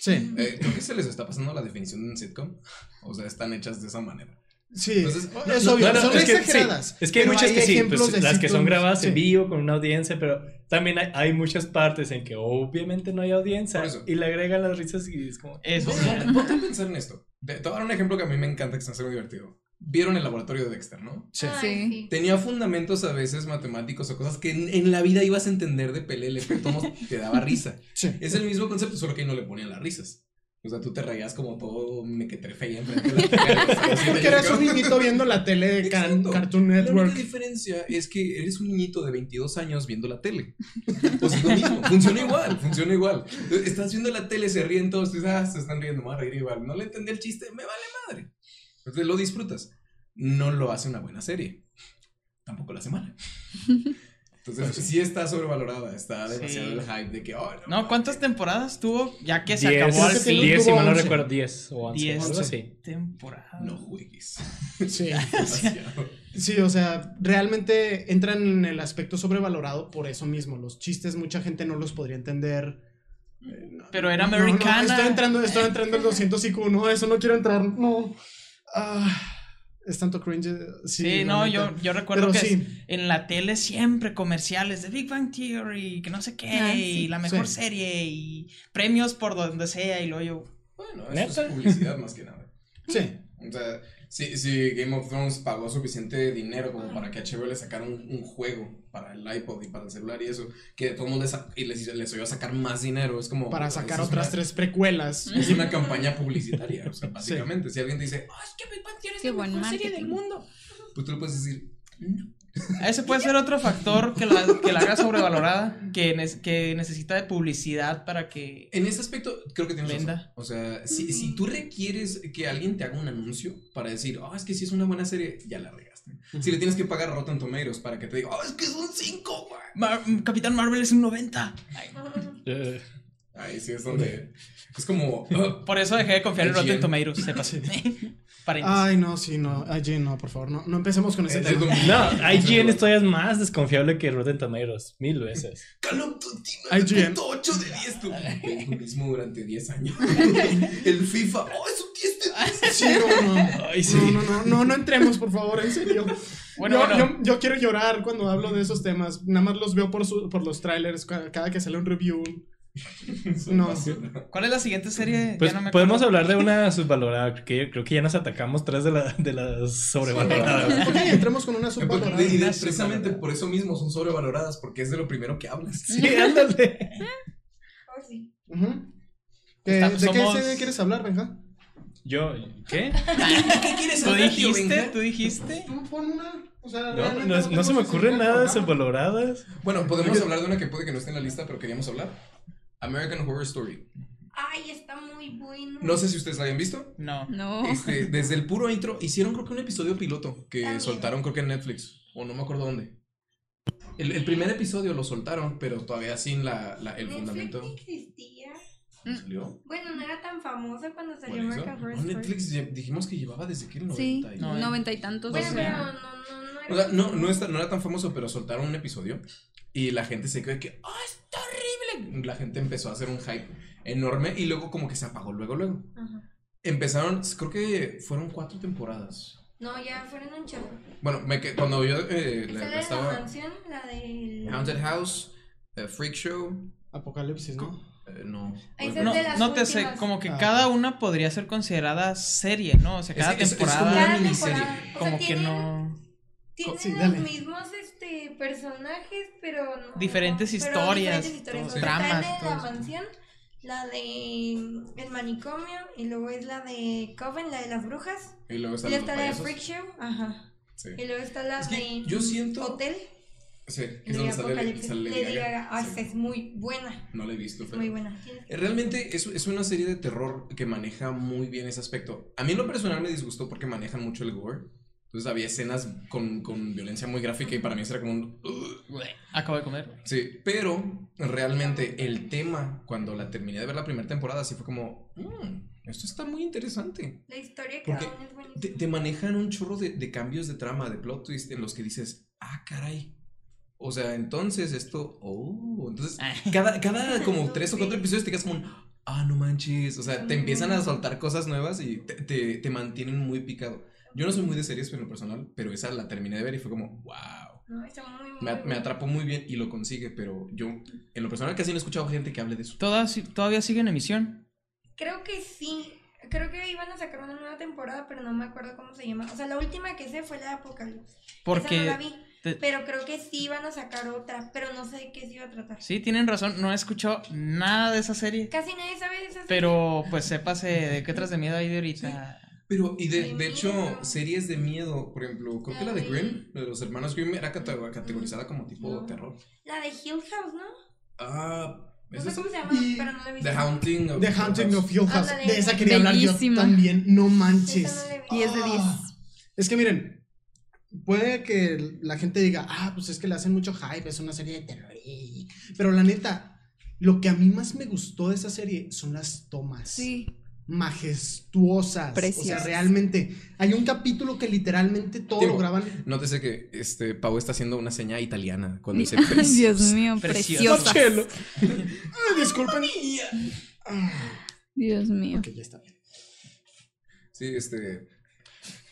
S2: sí,
S3: eh, creo que se les está pasando la definición de un sitcom. O sea, están hechas de esa manera.
S2: sí,
S3: Entonces,
S2: es
S3: no,
S2: obvio,
S5: No, no,
S2: son
S5: es que, sí,
S2: exageradas.
S5: es que hay
S2: pero
S5: muchas que sí,
S2: ejemplos
S5: pues,
S2: de
S5: las que son
S2: sitcoms,
S5: grabadas
S2: sí.
S5: en vivo con una audiencia, pero también hay, hay muchas partes en que obviamente no hay audiencia
S3: Por eso.
S5: y le agregan las risas y es como...
S1: Eso.
S3: Ponte- Ponte a pensar en esto. Te te voy a dar un ejemplo que a mí me encanta, que se me hace muy divertido. Vieron el laboratorio de Dexter, ¿no?
S2: Sí.
S4: Ay,
S6: Sí.
S3: Tenía fundamentos a veces matemáticos o cosas que en, en la vida ibas a entender de PLL, pero todos te daba risa.
S2: Sí.
S3: Es el mismo concepto, solo que ahí no le ponían las risas. O sea, tú te reías como todo mequetrefe ahí enfrente de la tele.
S2: Porque eras un niñito viendo la tele de Can-
S3: Exacto.
S2: Cartoon
S3: La única
S2: Network.
S3: diferencia es que eres un niñito de 22 años viendo la tele. O sea, es lo mismo. Funciona igual, funciona igual. Estás viendo la tele, se ríen todos, dices, ah, se están riendo, me voy a reír igual. No le entendí el chiste, me vale madre. Entonces lo disfrutas. no lo hace una buena serie. Tampoco la semana. Entonces, sí. está sobrevalorada, está demasiado
S1: Sí.
S3: el hype de que, oh,
S1: No, ¿cuántas temporadas tuvo? Ya que se
S5: Diez,
S1: acabó al
S2: Creo que
S1: fin.
S2: tiene-
S5: 10, si mal no
S2: Once.
S5: recuerdo, 10 o 11.
S1: Diez.
S5: algo así.
S1: Temporadas.
S3: no juegues.
S2: Sí.
S3: Demasiado.
S2: Sí, o sea, realmente entran en el aspecto sobrevalorado por eso mismo. Los chistes, mucha gente no los podría entender. Eh, no,
S1: Pero era
S2: no, no,
S1: americana.
S2: estoy entrando, estoy entrando el 200 IQ, no, eso no quiero entrar, no. Ah, es tanto cringe. Sí,
S1: Sí, no,
S2: realmente.
S1: yo, yo recuerdo
S2: Pero
S1: que
S2: sí.
S1: en la tele siempre comerciales de Big Bang Theory, que no sé qué,
S6: Ah,
S1: y
S6: sí.
S1: la mejor
S2: Sí.
S1: serie, y premios por donde sea, y luego yo.
S3: Bueno, eso
S5: ¿Neta?
S3: es publicidad más que nada.
S2: Sí.
S3: O sea, si, si Game of Thrones pagó suficiente dinero como para que HBO le sacara un, un juego para el iPod y para el celular y eso, que todo el mundo les, y les, les oyó sacar más dinero, es
S1: Mm.
S3: como...
S2: Para
S3: eso
S2: sacar
S3: es
S2: otras
S3: una-
S2: tres precuelas.
S3: Es una campaña publicitaria, o sea, básicamente. Si alguien te dice, "Ah, es que Big Bang Theory es
S6: Qué
S3: la
S6: buen
S3: mejor serie del
S6: marketing.
S3: mundo, pues tú le puedes decir, no.
S1: Ese puede ser otro factor que la, que la haga sobrevalorada, que, ne- que necesita de publicidad para que.
S3: En ese aspecto, creo que tienes
S1: Venda.
S3: razón. O sea, si, si tú requieres que alguien te haga un anuncio para decir, oh, es que si es una buena serie, ya la regaste. Si le tienes que pagar a Rotten Tomatoes para que te diga, oh, es que es un 5, güey.
S1: Mar- Capitán Marvel es un 90. Ay,
S5: Eh,
S3: Ahí sí es donde. Es como. "Ah,
S1: Por eso dejé de confiar en
S3: IGN.
S1: Rotten Tomatoes, sepas. Paréntesis.
S2: Ay, no, sí, no. Allí no, por favor, no, no empecemos con ese
S3: es
S2: tema.
S3: dominante".
S5: No, IGN es todavía más desconfiable que Rotten Tomatoes, mil veces.
S3: Call of Duty,
S2: IGN.
S3: 8 de 10, tú. Es lo mismo durante 10 años. El FIFA, oh, es un 10 de 10.
S2: Sí, no, no.
S5: Ay, sí.
S2: No, no, no, no, no entremos, por favor, en serio.
S1: Bueno,
S2: yo,
S1: bueno.
S2: Yo, yo quiero llorar cuando hablo de esos temas. Nada más los veo por, su- por los trailers ca- cada que sale un review. No.
S1: ¿Cuál es la siguiente serie? Ya
S5: Pues
S1: no me acuerdo.
S5: podemos hablar de una subvalorada, que yo creo que ya nos atacamos tres de, la- de las sobrevaloradas.
S2: Ok, entremos con una subvalorada.
S3: Y de- precisamente por eso mismo son sobrevaloradas, porque es de lo primero que hablas.
S5: Sí, ándale.
S4: Oh, sí.
S2: Ujú. Eh,
S1: Está-
S2: ¿De
S1: somos-
S2: qué serie quieres hablar, Benja?
S5: Yo, ¿qué?
S3: ¿Qué quieres
S1: ¿Tú
S3: hablar, tío
S1: dijiste?
S3: Benja?
S1: ¿Tú dijiste?
S2: Tú pon una. O sea,
S5: No,
S2: realmente
S5: no, no se me
S2: tenemos
S5: ocurre
S2: que
S5: nada de
S2: hacer programa.
S5: sobrevaloradas.
S3: Bueno, podemos hablar de una que puede que no esté en la lista, pero queríamos hablar. American Horror Story.
S4: Ay, está muy bueno.
S3: No sé si ustedes la hayan visto.
S1: No.
S6: No.
S3: Este, desde el puro intro, hicieron creo que un episodio piloto que
S4: También.
S3: soltaron creo que en Netflix, o no me acuerdo dónde. El, el primer episodio lo soltaron, pero todavía sin la, la- el
S4: Netflix
S3: fundamento.
S4: ni existía.
S3: ¿Salió?
S4: Bueno, no era tan famosa cuando
S3: ¿Por
S4: Mm. salió
S3: eso?
S4: American Horror
S3: No,
S4: Story.
S3: Netflix ya- dijimos que llevaba desde que el 90.
S6: Sí,
S3: y-
S1: No, eh.
S6: noventa y tantos.
S4: Bueno,
S1: Sí.
S4: pero no, no, no.
S3: O sea, no, no, está- no era tan famoso, pero soltaron un episodio y la gente se quedó de que, ¡oh, está horrible! La gente empezó a hacer un hype enorme y luego como que se apagó luego, luego.
S4: Ajá.
S3: Empezaron, creo que fueron cuatro temporadas.
S4: No, ya fueron un chorro.
S3: Bueno, me que- cuando yo eh,
S4: Esta
S3: la- la
S4: era la
S3: estaba...
S4: canción, la del...
S3: Haunted House, eh, Freak Show,
S2: Apocalipsis, ¿no?
S3: eh, no.
S4: Ahí
S3: Bueno,
S4: se-
S1: No,
S4: de las
S1: no te sé,
S4: últimas.
S1: como que
S2: Ah.
S1: cada una podría ser considerada serie, ¿no? O sea,
S3: Es
S1: cada
S3: que es- es como
S1: temporada.
S3: una
S4: Cada
S3: miniserie.
S4: temporada. O sea,
S1: como que
S4: tienen-
S1: no.
S4: Tienen
S2: Sí,
S4: los
S2: dale.
S4: mismos este, personajes, pero no.
S1: Diferentes
S4: pero
S1: historias,
S4: diferentes historias.
S1: todo,
S4: O sea,
S1: tramas,
S4: está
S1: todo
S4: la de la
S1: esto.
S4: mansión, la de El manicomio, y luego es la de Coven, la de las brujas.
S3: Y luego
S4: Y
S3: están los
S4: está la de
S3: payasos.
S4: Freak Show. Ajá.
S3: Sí.
S4: Y luego está la
S3: Es
S4: de.
S3: que yo siento-
S4: Hotel.
S3: Sí, que
S4: Y
S3: es donde
S4: de
S3: sale, Lady-
S4: Apocalipsis.
S3: sale Lady
S4: Lady
S3: Gaga.
S4: Gaga. Ay,
S3: Sí.
S4: esa es muy buena.
S3: No la he visto,
S4: es
S3: pero...
S4: Muy buena. Tienes que-
S3: Realmente es, es una serie de terror que maneja muy bien ese aspecto. A mí en lo personal me disgustó porque manejan mucho el gore. Entonces había escenas con, con violencia muy gráfica y para mí eso era como un... "Ugh".
S1: Acabo de comer.
S3: Sí, pero realmente el tema, cuando la terminé de ver la primera temporada, sí fue como... "Mm, esto está muy interesante.
S4: La historia que
S3: Porque
S4: cada uno es buenísima.
S3: Te, te manejan un chorro de, de cambios de trama, de plot twist, en los que dices, ah, caray. O sea, entonces esto, oh, entonces
S1: Ah.
S3: cada, cada como
S4: No,
S3: tres o
S4: sí.
S3: cuatro episodios te quedas como, un, ah, no manches. O sea, te
S4: Mm.
S3: empiezan a soltar cosas nuevas y te, te- te mantienen muy picado. Yo no soy muy de series en lo personal, pero esa la terminé de ver y fue como, wow.
S4: No, está muy, muy
S3: Me, a- me
S4: buena.
S3: atrapó muy bien y lo consigue, pero yo en lo personal casi no he escuchado gente que hable de eso.
S1: Todas, todavía sigue en emisión.
S4: Creo que sí. Creo que iban a sacar una nueva temporada, pero no me acuerdo cómo se llama. O sea, la última que sé fue la de Apocalipsis. Esa no
S1: Porque.
S4: la vi,
S1: te-
S4: pero creo que sí iban a sacar otra, pero no sé de qué se iba a tratar.
S1: sí, tienen razón. No he escuchado nada de esa serie.
S4: Casi nadie sabe de esas.
S1: Pero pues sépase de qué tras de miedo hay de ahorita.
S3: Pero, y de,
S4: De
S3: de hecho,
S4: miedo.
S3: series de miedo, por ejemplo, creo que la de Grimm, la de los hermanos Grimm, era cate- categorizada como tipo
S4: No.
S3: terror.
S4: La de Hill House, ¿no?
S3: Ah,
S4: No
S3: esa
S4: sé
S3: es-
S4: cómo se llama,
S2: y
S4: pero no la he visto.
S3: The Haunting of
S2: The Haunting of Hill House.
S4: Ándale.
S2: De esa quería hablar yo
S6: Bellísima.
S2: también. No
S4: Esa
S2: manches.
S4: no la he visto.
S6: Diez de diez.
S2: Ah, Es que miren, puede que la gente diga, ah, pues es que le hacen mucho hype, es una serie de terror. y-". Pero la neta, lo que a mí más me gustó de esa serie son las tomas.
S6: Sí.
S2: Majestuosas. O sea,
S6: Preciosas.
S2: realmente. Hay un capítulo que literalmente todo
S3: Tiempo.
S2: lo graban.
S3: Nótese que este Pau está haciendo una seña italiana cuando dice
S6: Ay, Dios
S3: "Preciosa".
S6: mío, preciosa.
S1: Preciosas.
S2: Chelo. Ah, disculpen. Ah,
S6: Dios mío.
S2: ok, ya está bien.
S3: Sí, este.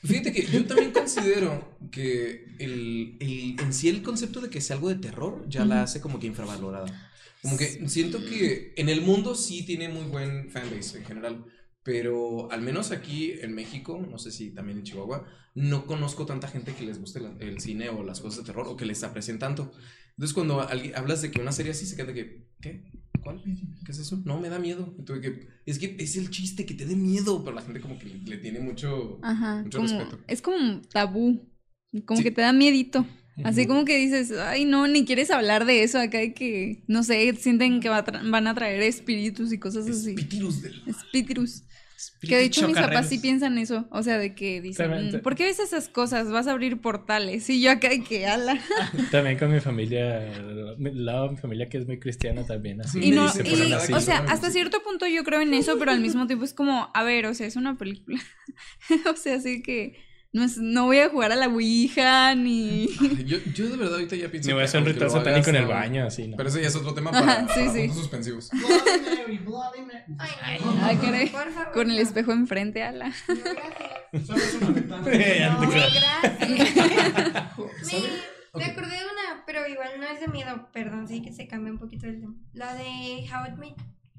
S3: Fíjate que yo también considero que el, el- en sí el concepto de que sea algo de terror ya la hace como que infravalorada. Como que siento que en el mundo sí tiene muy buen fanbase en general, pero al menos aquí en México, no sé si también en Chihuahua, no conozco tanta gente que les guste la- el cine o las cosas de terror o que les aprecien tanto. Entonces cuando alguien- hablas de que una serie así se queda de que, ¿qué? ¿Cuál? ¿Qué es eso? No, me da miedo. Entonces, que, es que es el chiste que te dé miedo, pero la gente como que le tiene mucho...
S1: Ah,
S6: Ajá.
S3: Mucho
S6: Como,
S3: respeto.
S6: es como un tabú. Como
S3: Sí.
S6: que te da miedito. Así
S3: Ujú.
S6: como que dices, ay, no, ni quieres hablar de eso. Acá hay que, no sé, sienten que va a tra- van a traer espíritus y cosas así.
S3: Espíritus del...
S6: Espíritus. Que de hecho mis papás
S1: chocarreros.
S6: sí piensan eso. O sea, de que dicen,
S5: También te-
S6: "Mm, ¿por qué ves esas cosas? Vas a abrir portales. Y yo acá de que ala.
S5: También con mi familia, mi lado de mi familia que es muy cristiana también, así.
S6: Y no,
S3: se
S6: y,
S3: ponen así,
S6: o
S3: se
S6: sea,
S3: ponen
S6: hasta
S3: así.
S6: cierto punto yo creo en eso, pero al mismo tiempo es como, a ver, o sea, es una película. o sea, así que no, es- no voy a jugar a la Ouija ni.
S3: Yo, yo de verdad ahorita ya pienso...
S5: Me voy a
S3: que
S5: hacer un
S3: aunque
S5: ritual
S3: lo hagas,
S5: satánico en el
S3: no.
S5: baño, así, ¿no?
S3: Pero ese ya es otro tema
S6: Ajá,
S3: para,
S6: sí,
S3: para
S6: sí.
S3: puntos suspensivos.
S2: Bloody Mary, Bloody Mary.
S4: Ay,
S6: Ay, caray.
S4: Por favor,
S6: Con el
S4: no.
S6: espejo enfrente, ala.
S4: No, gracias.
S2: Solo es una ventana.
S5: Ya
S4: No,
S5: te creo.
S4: gracias.
S3: ¿Saben?
S4: Me, me
S3: Ok.
S4: acordé de una, pero igual no es de miedo. Perdón, sí que se cambia un poquito el tema. La de How It Made.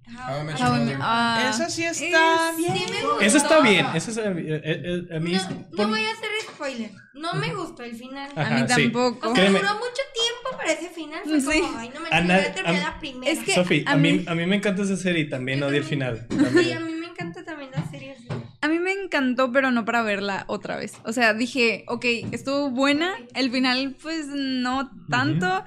S3: How I Met
S4: How
S3: Your
S4: I
S3: Mother.
S4: Met-
S6: Ah,
S1: Esa sí está
S6: es-
S1: bien.
S4: Sí me gustó.
S5: Eso está bien, eso es, eh, eh, eh, a mí...
S4: No,
S5: es-
S4: no
S5: por-
S4: voy a hacer spoiler. No me gustó el final.
S5: Ah.
S6: a mí
S5: Ajá, sí.
S6: tampoco.
S4: O sea,
S5: Créeme.
S4: duró mucho tiempo para ese final. Fue
S6: Sí.
S4: como, ay, no me
S5: A
S4: voy
S5: nadie-
S4: a terminar
S5: a-
S4: la primera.
S6: es que-
S5: Sofi, a,
S6: a
S5: mí,
S6: mí-
S5: a mí me encanta esa serie y también
S4: Yo
S5: odio el final.
S4: también. Sí, a
S5: también.
S4: mí me encanta también las series.
S6: A mí me encantó, pero no para verla otra vez. O sea, dije, ok, estuvo buena. El final, pues no tanto.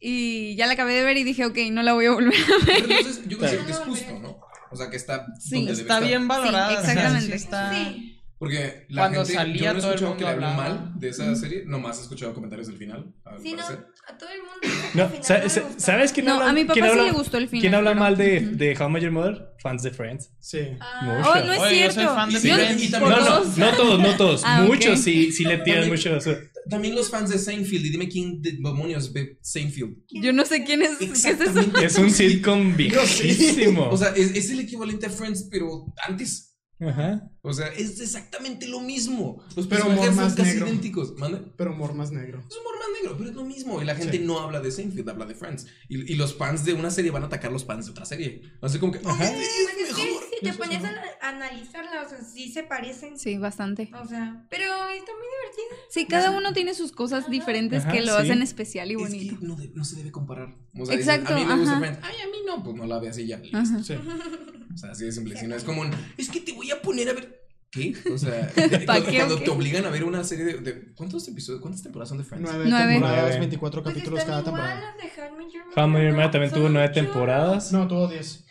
S6: Y ya la acabé de ver y dije, ok, no la voy a volver a ver.
S3: Pero Entonces, yo considero que es
S4: Claro.
S3: justo, ¿no? O sea, que está...
S6: Sí,
S3: donde debe
S1: Está
S3: estar.
S1: bien valorada. o sea,
S6: exactamente.
S1: está-
S4: Sí.
S3: Porque la
S1: Cuando
S3: gente,
S1: salía,
S3: yo no he
S1: todo el
S3: escuchado que le
S1: mundo
S3: habló
S1: hablaba.
S3: mal de esa serie, nomás he escuchado comentarios del final. al
S4: Sí, no,
S3: parecer.
S4: a todo el mundo.
S5: No,
S4: al final
S5: sa-
S4: no le
S5: sa-
S4: gustó.
S5: ¿sabes quién
S6: No,
S5: habla?
S6: a mi papá
S5: quién
S6: sí
S5: habla-
S6: le gustó el final,
S5: ¿Quién habla
S6: pero-
S5: mal de,
S6: Ujú.
S5: de How I Met Your Mother? Fans de Friends.
S2: Sí.
S4: Ah,
S5: Mucho.
S6: Oh, no es
S1: Oye, yo soy
S6: cierto.
S1: fan de
S6: Yo-
S1: Friends.
S3: Y
S5: No,
S3: también,
S6: por
S5: no,
S6: todos.
S5: no todos, no todos.
S6: Ah, ok.
S5: Muchos sí, sí le tiran
S3: También-
S5: mucho. o sea,
S3: también los fans de Seinfeld, y dime quién demonios ve Seinfeld.
S6: Yo no sé quién es. ¿Qué es eso?
S3: Exactamente.
S5: Es un sitcom viejísimo.
S3: O sea, es, es el equivalente a Friends, pero antes.
S5: Ajá.
S3: O sea, es exactamente lo mismo. Los
S2: Pero
S3: personajes
S2: humor
S3: son
S2: más
S3: casi
S2: negro.
S3: idénticos. ¿Mande?
S2: Pero humor más negro.
S3: Es humor más negro, pero es lo mismo. Y la gente
S2: Sí.
S3: no habla de Seinfeld, habla de Friends. Y, y los fans de una serie van a atacar los fans de otra serie. Así como que. "Ay,
S4: Pues es
S3: es
S4: que
S3: mejor".
S4: si te pones a ana- analizarla, o sea, sí se parecen.
S6: Sí, bastante.
S4: O sea, pero está muy divertida.
S6: Sí, cada uno tiene sus cosas diferentes
S5: Ajá,
S6: que lo
S5: sí.
S6: hacen especial y
S3: Es
S6: bonito.
S3: que no, de- no se debe comparar. O sea, dices,
S6: Exacto,
S3: a mí me gusta
S6: ajá. Ah.
S3: Friends. Ay, a mí no, pues no la veas y ya.
S6: Ajá.
S2: Sí.
S3: O sea, así de simple. Si no es como, un, es que te voy a poner a ver. ¿Qué? O sea, cuando,
S6: qué,
S3: cuando
S6: o qué?
S3: te obligan a ver una serie de, de- ¿Cuántos episodios, cuántas temporadas son de Friends?
S2: Nueve,
S6: Nueve.
S2: temporadas,
S5: Nueve.
S2: 24
S4: pues,
S1: Pues
S2: capítulos cada temporada.
S5: How I Met Your Mother también tuvo nueve
S4: temporadas
S5: temporadas.
S2: No, tuvo 10.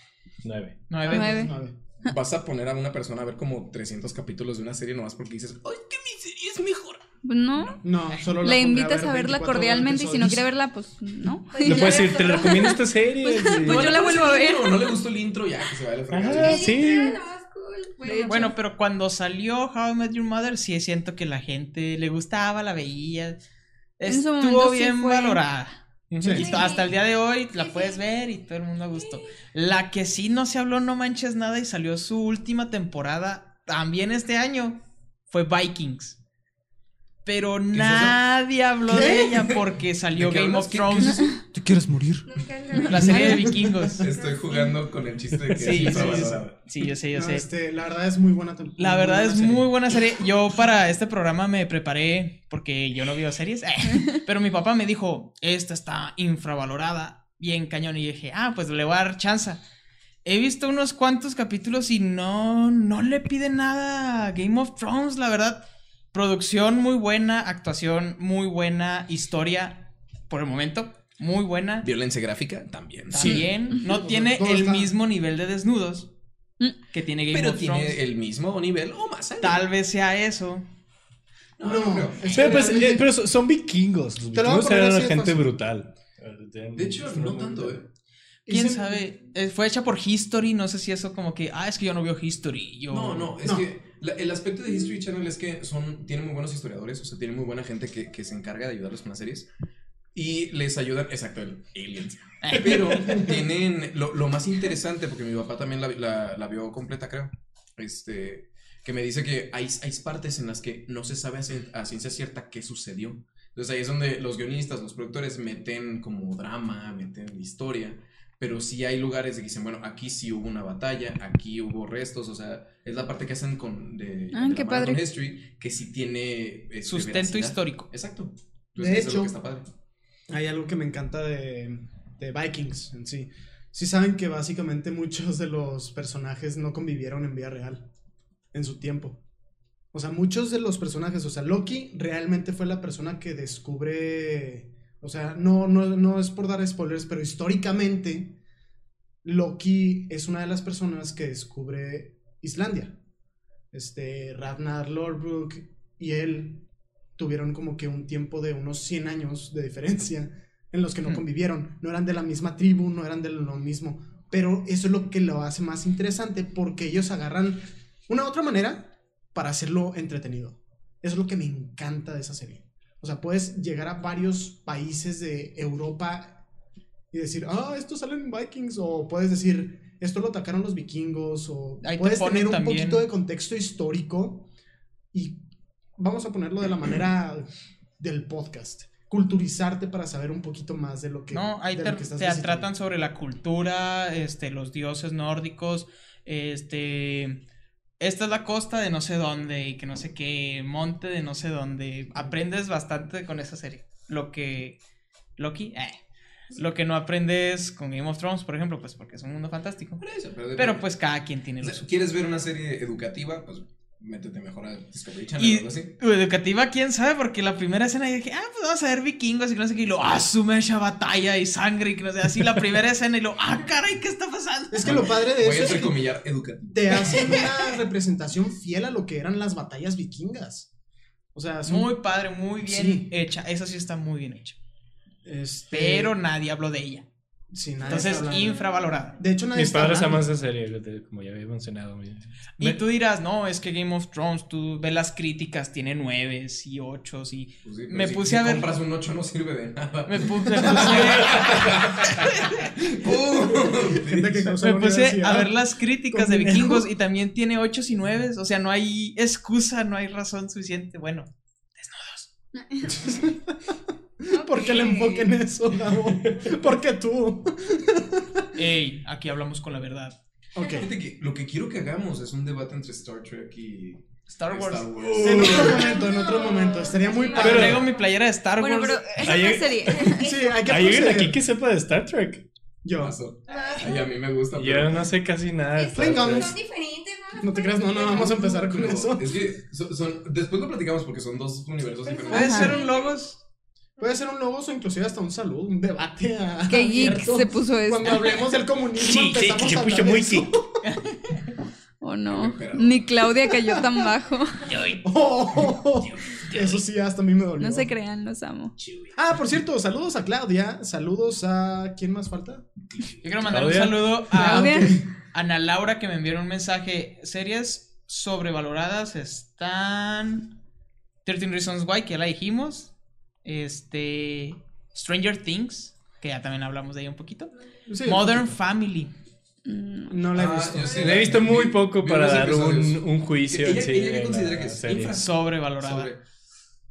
S5: Nueve.
S1: Nueve.
S6: Nueve.
S2: Nueve.
S3: Vas a poner a una persona a ver como 300 capítulos de una serie nomás porque dices, ¡ay, que mi serie es mejor!
S6: Pues No.
S2: No, solo la pondré
S6: Le invitas a
S2: ver
S6: verla
S2: 24
S6: cordialmente y si no
S2: episodios.
S6: quiere verla, pues no.
S5: Le puedes decir, te la recomiendo esta serie. Sí.
S6: Pues yo la vuelvo a ver.
S3: No, no le gustó el intro, ya, que se vaya a la fregada.
S5: Ajá. Sí.
S4: pues,
S1: Bueno, pero cuando salió How I Met Your Mother, sí siento que la gente le gustaba, la veía.
S6: En su
S1: Estuvo
S6: momento sí
S1: bien
S6: fue.
S1: valorada. Y
S5: Sí.
S1: to- hasta el día de hoy
S4: Sí,
S1: la puedes
S4: sí.
S1: ver y todo el mundo a gusto. La que sí no se habló No Manches Nada y salió su última temporada también este año fue Vikings. Pero nadie habló de ella porque salió
S3: ¿De qué
S1: Game
S3: hablas?
S1: of
S3: ¿Qué- qué es
S1: Thrones,
S2: ¿Te quieres morir?
S1: la serie de vikingos.
S3: Estoy jugando con el chiste de que
S1: Sí, sí,
S3: es
S1: sí, sí.
S3: infravalorada.
S1: Sí, yo sé, yo
S2: No,
S1: sé.
S2: este, la verdad es muy buena tem-
S1: La verdad
S2: buena
S1: es
S2: serie.
S1: muy buena serie. Yo para este programa me preparé porque yo no veo series, pero mi papá me dijo, esta está infravalorada, bien cañón, y dije, ah, pues le voy a dar chanza. He visto unos cuantos capítulos y no, no le pide nada a Game of Thrones, la verdad. Producción muy buena, actuación muy buena, historia por el momento muy buena.
S3: Violencia gráfica también.
S1: También no
S2: Todo-
S1: tiene
S2: todo
S1: el
S2: está-
S1: mismo nivel de desnudos
S6: Mm.
S1: que tiene Game
S3: Pero
S1: of
S3: tiene
S1: Thrones.
S3: el mismo nivel o más. alto.
S1: Tal vez sea eso.
S3: No, no, creo.
S5: Pero, pues,
S2: realmente-
S5: eh, pero so- son vikingos. Los
S2: Te lo voy a
S5: vikingos
S2: poner
S5: eran
S2: así de
S5: gente
S2: fácil.
S5: brutal.
S3: De hecho, no tanto, ¿eh?
S1: ¿Quién
S2: Hice-
S1: sabe? Eh, Fue hecha por History, no sé si eso como que, ah, es que yo no veo History. Yo...
S3: No, no, es
S2: No.
S3: que la- el aspecto de History Channel es que son, tienen muy buenos historiadores, o sea, tienen muy buena gente que, que se encarga de ayudarlos con las series. Y les ayudan, exacto, el aliens. Pero tienen lo, lo más interesante, porque mi papá también la, la- la vio completa, creo. Este, que me dice que hay, hay partes en las que no se sabe a, cien- a ciencia cierta qué sucedió. Entonces ahí es donde los guionistas, los productores meten como drama, meten historia pero sí hay lugares de que dicen, bueno, aquí sí hubo una batalla, aquí hubo restos, o sea, es la parte que hacen con de,
S6: Ah,
S3: de la
S6: qué
S3: Marathon
S6: padre.
S3: History que sí tiene este,
S1: Sustento
S3: veracidad.
S1: histórico.
S3: Exacto.
S2: De
S3: Entonces, eso es lo
S2: hecho-
S3: que está padre.
S2: Hay algo que me encanta de, de Vikings en sí. Sí saben que básicamente muchos de los personajes no convivieron en vida real en su tiempo. O sea, muchos de los personajes, o sea, Loki realmente fue la persona que descubre, o sea, no, no, no es por dar spoilers, pero históricamente Loki es una de las personas que descubre Islandia. Este, Ragnar Lodbrok y él tuvieron como que un tiempo de unos 100 años de diferencia en los que no
S1: Hmm.
S2: convivieron, no eran de la misma tribu, no eran de lo mismo, pero eso es lo que lo hace más interesante porque ellos agarran una u otra manera para hacerlo entretenido. Eso es lo que me encanta de esa serie. O sea, puedes llegar a varios países de Europa y decir, ah, esto salen vikings, o puedes decir, esto lo atacaron los vikingos, o
S1: Ahí te
S2: puedes
S1: ponen
S2: tener un
S1: también-
S2: poquito de contexto histórico y vamos a ponerlo de la manera del podcast. Culturizarte para saber un poquito más de lo que,
S1: No, ahí
S2: de
S1: te,
S2: lo que estás
S1: te
S2: visitando.
S1: tratan sobre la cultura, este, los dioses nórdicos, este, esta es la costa de no sé dónde y que no sé qué, monte de no sé dónde. Aprendes bastante con esa serie. Lo que, Loki, eh, lo que no aprendes con Game of Thrones, por ejemplo, pues porque es un mundo fantástico.
S3: Por eso, pero, de-
S1: Pero pues cada quien tiene
S3: o
S1: lo
S3: sea,
S1: suyo.
S3: ¿quieres ver una serie educativa? Pues métete mejor a Discovery Channel
S1: Y-
S3: o algo así.
S1: Tu Educativa, quién sabe, porque la primera escena yo dije, ah, pues vamos a ver vikingos y que no sé qué, y lo, ah, su mecha batalla y sangre y que no sé, así la primera escena y lo, ah, caray, ¿qué está pasando?
S2: Es que lo padre de eso
S3: Voy a
S2: es que
S3: entrecomillar educativa.
S2: te hacen una representación fiel a lo que eran las batallas vikingas. O sea, son-
S1: Muy padre, muy bien
S2: Sí.
S1: hecha. Esa sí está muy bien hecha.
S2: este,
S1: Pero nadie habló de ella.
S2: sí, nadie
S1: Entonces,
S2: está hablando.
S1: infravalorada.
S2: de hecho, nadie
S5: Mis
S2: está
S5: padres aman
S2: hablando.
S5: esa serie, lo te- como ya había mencionado. mi-
S1: Y
S5: Me-
S1: tú dirás, no, es que Game of Thrones, tú ves las críticas, tiene nueves y ochos y.
S3: Pues sí, pero
S1: Me
S3: si-
S1: puse
S3: si
S1: a ver-
S3: compras un 8 no sirve de nada.
S1: Me pu- me puse,
S2: Gente que causa
S1: me puse a
S2: universidad.
S1: ver las críticas
S2: Con
S1: de
S2: dinero.
S1: vikingos y también tiene ochos y nueves. O sea, no hay excusa, no hay razón suficiente. Bueno,
S2: ¿Por qué le enfoque en eso, Gabo? ¿Por qué tú?
S1: hey, aquí hablamos con la verdad.
S2: Ok.
S3: Fíjate que lo que quiero que hagamos es un debate entre Star Trek y
S1: Star Wars.
S3: Star Wars.
S2: En otro momento, en otro momento. Estaría muy
S1: Ah, Traigo
S2: padre.
S1: mi playera de Star Wars.
S6: Bueno, pero esa
S5: Ahí-
S6: es la serie.
S2: Sí, hay que
S5: Hay alguien
S2: proceder.
S5: aquí Ah, que sepa de Star Trek.
S2: Yo.
S3: Paso. Ay, a mí me gusta.
S5: Yo no sé casi nada de
S4: Es que
S5: Star
S2: Venga,
S5: Trek.
S4: son diferentes, ¿no?
S2: No te creas, no, no, vamos a empezar con
S3: No,
S2: eso.
S3: Es que son, son- después lo platicamos porque son dos universos diferentes.
S1: ¿Puede
S6: Ajá.
S1: ser un logos?
S2: Puede ser un logo o inclusive hasta un saludo, un debate. a-
S6: Qué geek
S2: abierto.
S6: se puso este. eso.
S2: Cuando hablemos del comunismo,
S5: Sí, sí,
S2: empezamos
S5: se
S2: a hablar
S5: puso muy
S2: de eso.
S5: geek.
S6: O no.
S3: Pero-
S6: Ni Claudia cayó tan bajo.
S2: Oh, eso sí, hasta a mí me dolió.
S6: No se crean, los amo.
S2: Ah, por cierto, saludos a Claudia. Saludos a. ¿Quién más falta?
S1: Yo quiero mandar
S5: Claudia.
S1: un saludo a
S6: Claudia.
S1: Ana Laura que me envió un mensaje. Series sobrevaloradas están 13 Reasons Why, que ya la dijimos. Este Stranger Things, que ya también hablamos de ella un poquito.
S2: Sí,
S1: Modern Family.
S6: Mm,
S2: No la he
S3: Ah,
S2: visto.
S3: yo sé.
S5: Le he visto muy
S3: Vi-
S5: poco
S3: vi
S5: para
S3: unos
S5: dar un,
S3: episodios.
S5: un juicio.
S3: Ella-
S5: en sí
S3: ella que
S5: de la
S3: considera que es
S5: serie.
S3: infra-
S1: Sobrevalorada.
S3: Sobre-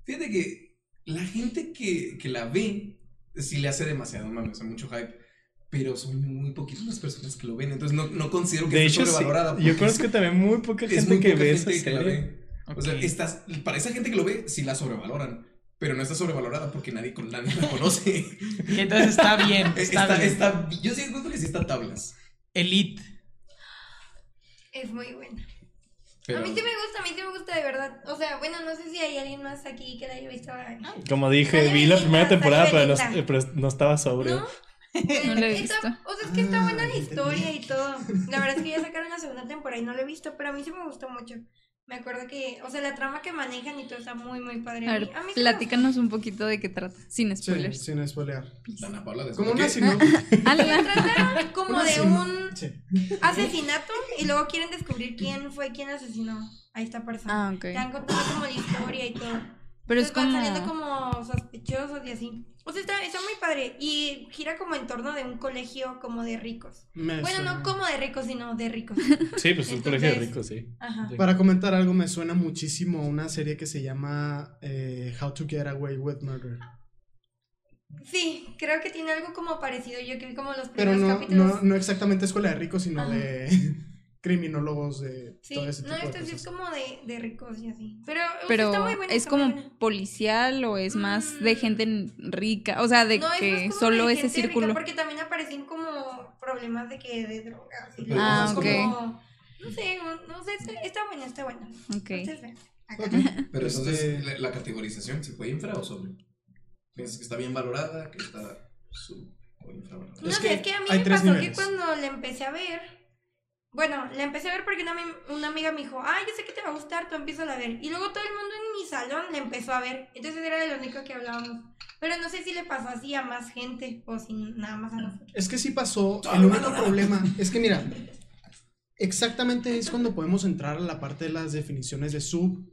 S3: Fíjate que la gente que, que la ve sí le hace demasiado mame, o sea, mucho hype. Pero son muy poquitas las personas que lo ven, entonces no, no considero que
S5: De
S3: esté
S5: hecho, sí,
S3: sobrevalorada. porque
S5: yo conozco también muy poca
S3: es
S5: gente
S3: muy
S5: que
S3: poca
S5: ve esa
S3: gente que la
S5: serie.
S3: ve.
S1: Ok.
S3: O sea, estás, para esa gente que lo ve, sí la sobrevaloran. Pero no está sobrevalorada porque nadie con la, la conoce.
S1: Que Entonces está bien, está,
S3: Está,
S1: bien.
S3: está- yo sí encuentro que sí está tablas.
S1: Elite.
S4: Es muy buena.
S3: Pero
S4: A mí sí me gusta, a mí sí me gusta de verdad. O sea, bueno, no sé si hay alguien más aquí que la haya visto. ¿No?
S5: Como dije,
S4: Ay,
S5: vi la
S4: Belinda,
S5: primera temporada,
S4: ay,
S5: pero no,
S4: Belinda.
S5: eh, pero no estaba sobrio.
S6: No la he
S4: Está-
S6: visto.
S4: O sea, es que está
S2: Ah,
S4: buena la
S2: ya entendí.
S4: historia y todo. La verdad es que ya sacaron la segunda temporada y no la he visto, pero a mí sí me gustó mucho. Me acuerdo que, o sea, la trama que manejan y todo está muy, muy padre.
S6: A ver,
S4: A mí sí me
S6: platícanos un poquito de qué trata, sin
S2: Sí,
S6: spoilers.
S2: sin spoilear.
S3: Dana Paula después.
S2: Como una
S3: ¿Qué?
S2: sinopsis.
S6: Ala.
S4: Trata como
S2: Una
S4: de
S2: sin-
S4: un
S2: Sí.
S4: asesinato y luego quieren descubrir quién fue quien asesinó a esta persona.
S6: Ah,
S4: Te
S6: ok.
S4: han contado como la historia y todo.
S6: Pero es
S4: Entonces van saliendo
S6: como...
S4: como sospechosos y así. O sea, está, está muy padre. Y gira como en torno de un colegio como de ricos.
S2: Me
S4: Bueno,
S2: suena.
S4: no como de ricos, sino de ricos.
S5: Sí, pues un colegio
S4: Entonces-
S5: rico, sí.
S4: Ajá.
S2: Para comentar algo, me suena muchísimo a una serie que se llama eh, How to Get Away with Murder.
S4: Sí, creo que tiene algo como parecido. Yo que vi como los
S2: Pero
S4: primeros
S2: no, no,
S4: capítulos.
S2: no exactamente escuela de ricos, sino
S4: Ajá.
S2: de criminólogos de
S4: sí,
S2: todo ese tipo
S4: no,
S2: de
S4: esto sí es
S2: cosas.
S4: como de, de ricos y así. Pero, o sea,
S6: Pero
S4: está muy buena,
S6: es
S4: está muy
S6: como
S4: buena.
S6: policial o es más de
S4: Mm.
S6: gente rica, o sea, de
S4: No, es más
S6: que
S4: como
S6: solo
S4: de
S6: ese
S4: gente rica,
S6: círculo.
S4: porque también aparecen como problemas de que de drogas. Y
S6: Ah,
S4: luego
S6: ok.
S4: como- no sé, no sé, está- está buena, está buena.
S6: Ok.
S4: Ustedes vean. Acá.
S3: Pero entonces,
S2: Este-
S3: la, la categorización, ¿se fue infra o sobre? ¿Piensas que está bien valorada? ¿Que está sub o infravalorada?
S4: No
S2: Es
S4: sé,
S2: que
S4: es que a mí
S2: hay
S4: me
S2: tres
S4: pasó que
S2: niveles.
S4: cuando la empecé a ver, bueno, la empecé a ver porque una, ami- una amiga me dijo, ay, yo sé que te va a gustar, tú empiezas a ver. Y luego todo el mundo en mi salón la empezó a ver, entonces era de lo único que hablábamos. Pero no sé si le pasó así a más gente o si nada más a nosotros.
S2: Es que sí pasó. El único problema es que, mira, exactamente es cuando podemos entrar a la parte de las definiciones de sub,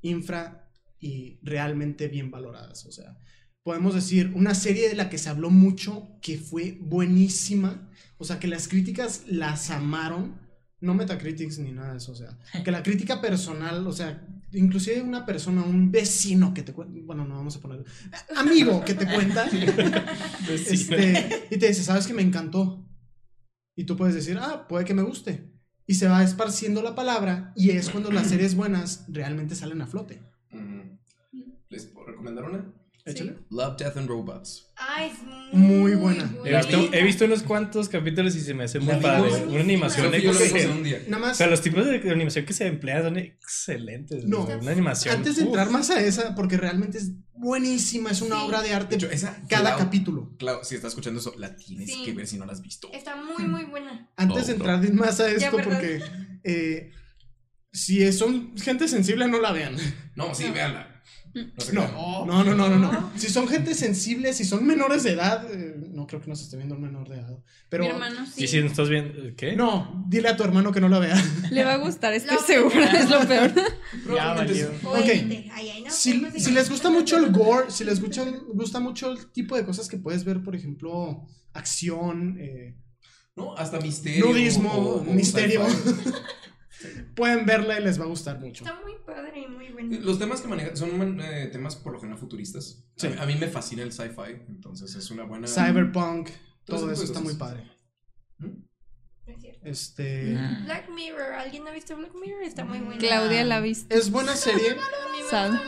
S2: infra y realmente bien valoradas. O sea, podemos decir una serie de la que se habló mucho, que fue buenísima. O sea, que las críticas las amaron. No Metacritics ni nada de eso, o sea, que la crítica personal, o sea, inclusive una persona, un vecino que te cuenta, bueno, no vamos a poner, amigo que te cuenta, este, y te dice, sabes que me encantó. Y tú puedes decir, ah, puede que me guste. Y se va esparciendo la palabra y es cuando las series buenas realmente salen a flote.
S3: Mm. ¿Les puedo recomendar una?
S2: Échale.
S3: Love, Death and Robots.
S4: Ay, es
S2: Muy
S4: muy,
S2: buena.
S5: He visto, he visto unos cuantos capítulos y se me hace muy
S2: La
S5: padre.
S3: vimos.
S5: Una
S3: Creo
S5: animación
S3: que yo lo vimos en
S5: excelente.
S3: un día.
S2: Nada
S5: O
S2: más,
S5: sea, los tipos de de animación que se emplean son excelentes.
S2: No.
S5: güey. Una animación.
S2: antes de
S5: uf.
S2: entrar más a esa, porque realmente es buenísima, es una
S4: Sí.
S2: obra de arte
S3: De hecho, esa,
S2: cada
S3: Clau-
S2: capítulo.
S3: Clau, si estás escuchando eso, la tienes
S4: Sí.
S3: que ver si no la has visto.
S4: Está muy, muy buena.
S2: Antes de
S3: No,
S2: entrar más a esto,
S4: perdón.
S2: porque eh, si es- son gente sensible, no la vean.
S3: No, sí, véanla.
S4: Mm.
S3: No sé
S2: No,
S3: qué.
S2: no, no, no, no, no. Si son gente sensible, si son menores de edad, eh, no creo que nos esté viendo un menor de edad. Pero
S6: Mi hermano sí.
S5: Y si no estás viendo. ¿Qué?
S2: no, dile a tu hermano que no la vea.
S6: Le va a gustar, estoy
S4: La-
S6: segura, es lo peor.
S3: Probablemente
S2: valió.
S3: sí.
S4: O
S2: Ok.
S4: edite. Ay, ay, no,
S2: si,
S4: no sé
S2: si
S4: qué.
S2: les gusta mucho el gore, si les gusta, gusta mucho el tipo de cosas que puedes ver, por ejemplo, acción, eh,
S3: No, hasta misterio.
S2: nudismo,
S3: o- o
S2: misterio,
S3: sci-fi.
S2: pueden verla y les va a gustar mucho.
S4: Está muy padre y muy buena.
S3: Los temas que manejan son eh, temas por lo general futuristas.
S2: Sí.
S3: A, mí- a mí me fascina el sci-fi, entonces es una buena.
S2: Cyberpunk, todo
S3: Todo ese
S2: eso
S3: tipo de
S2: está muy
S3: cosas.
S2: padre.
S4: No es cierto.
S2: Este
S1: Eh.
S4: Black Mirror, ¿alguien ha visto Black Mirror? Está muy buena.
S6: Claudia la viste.
S2: es buena serie.
S6: Sad.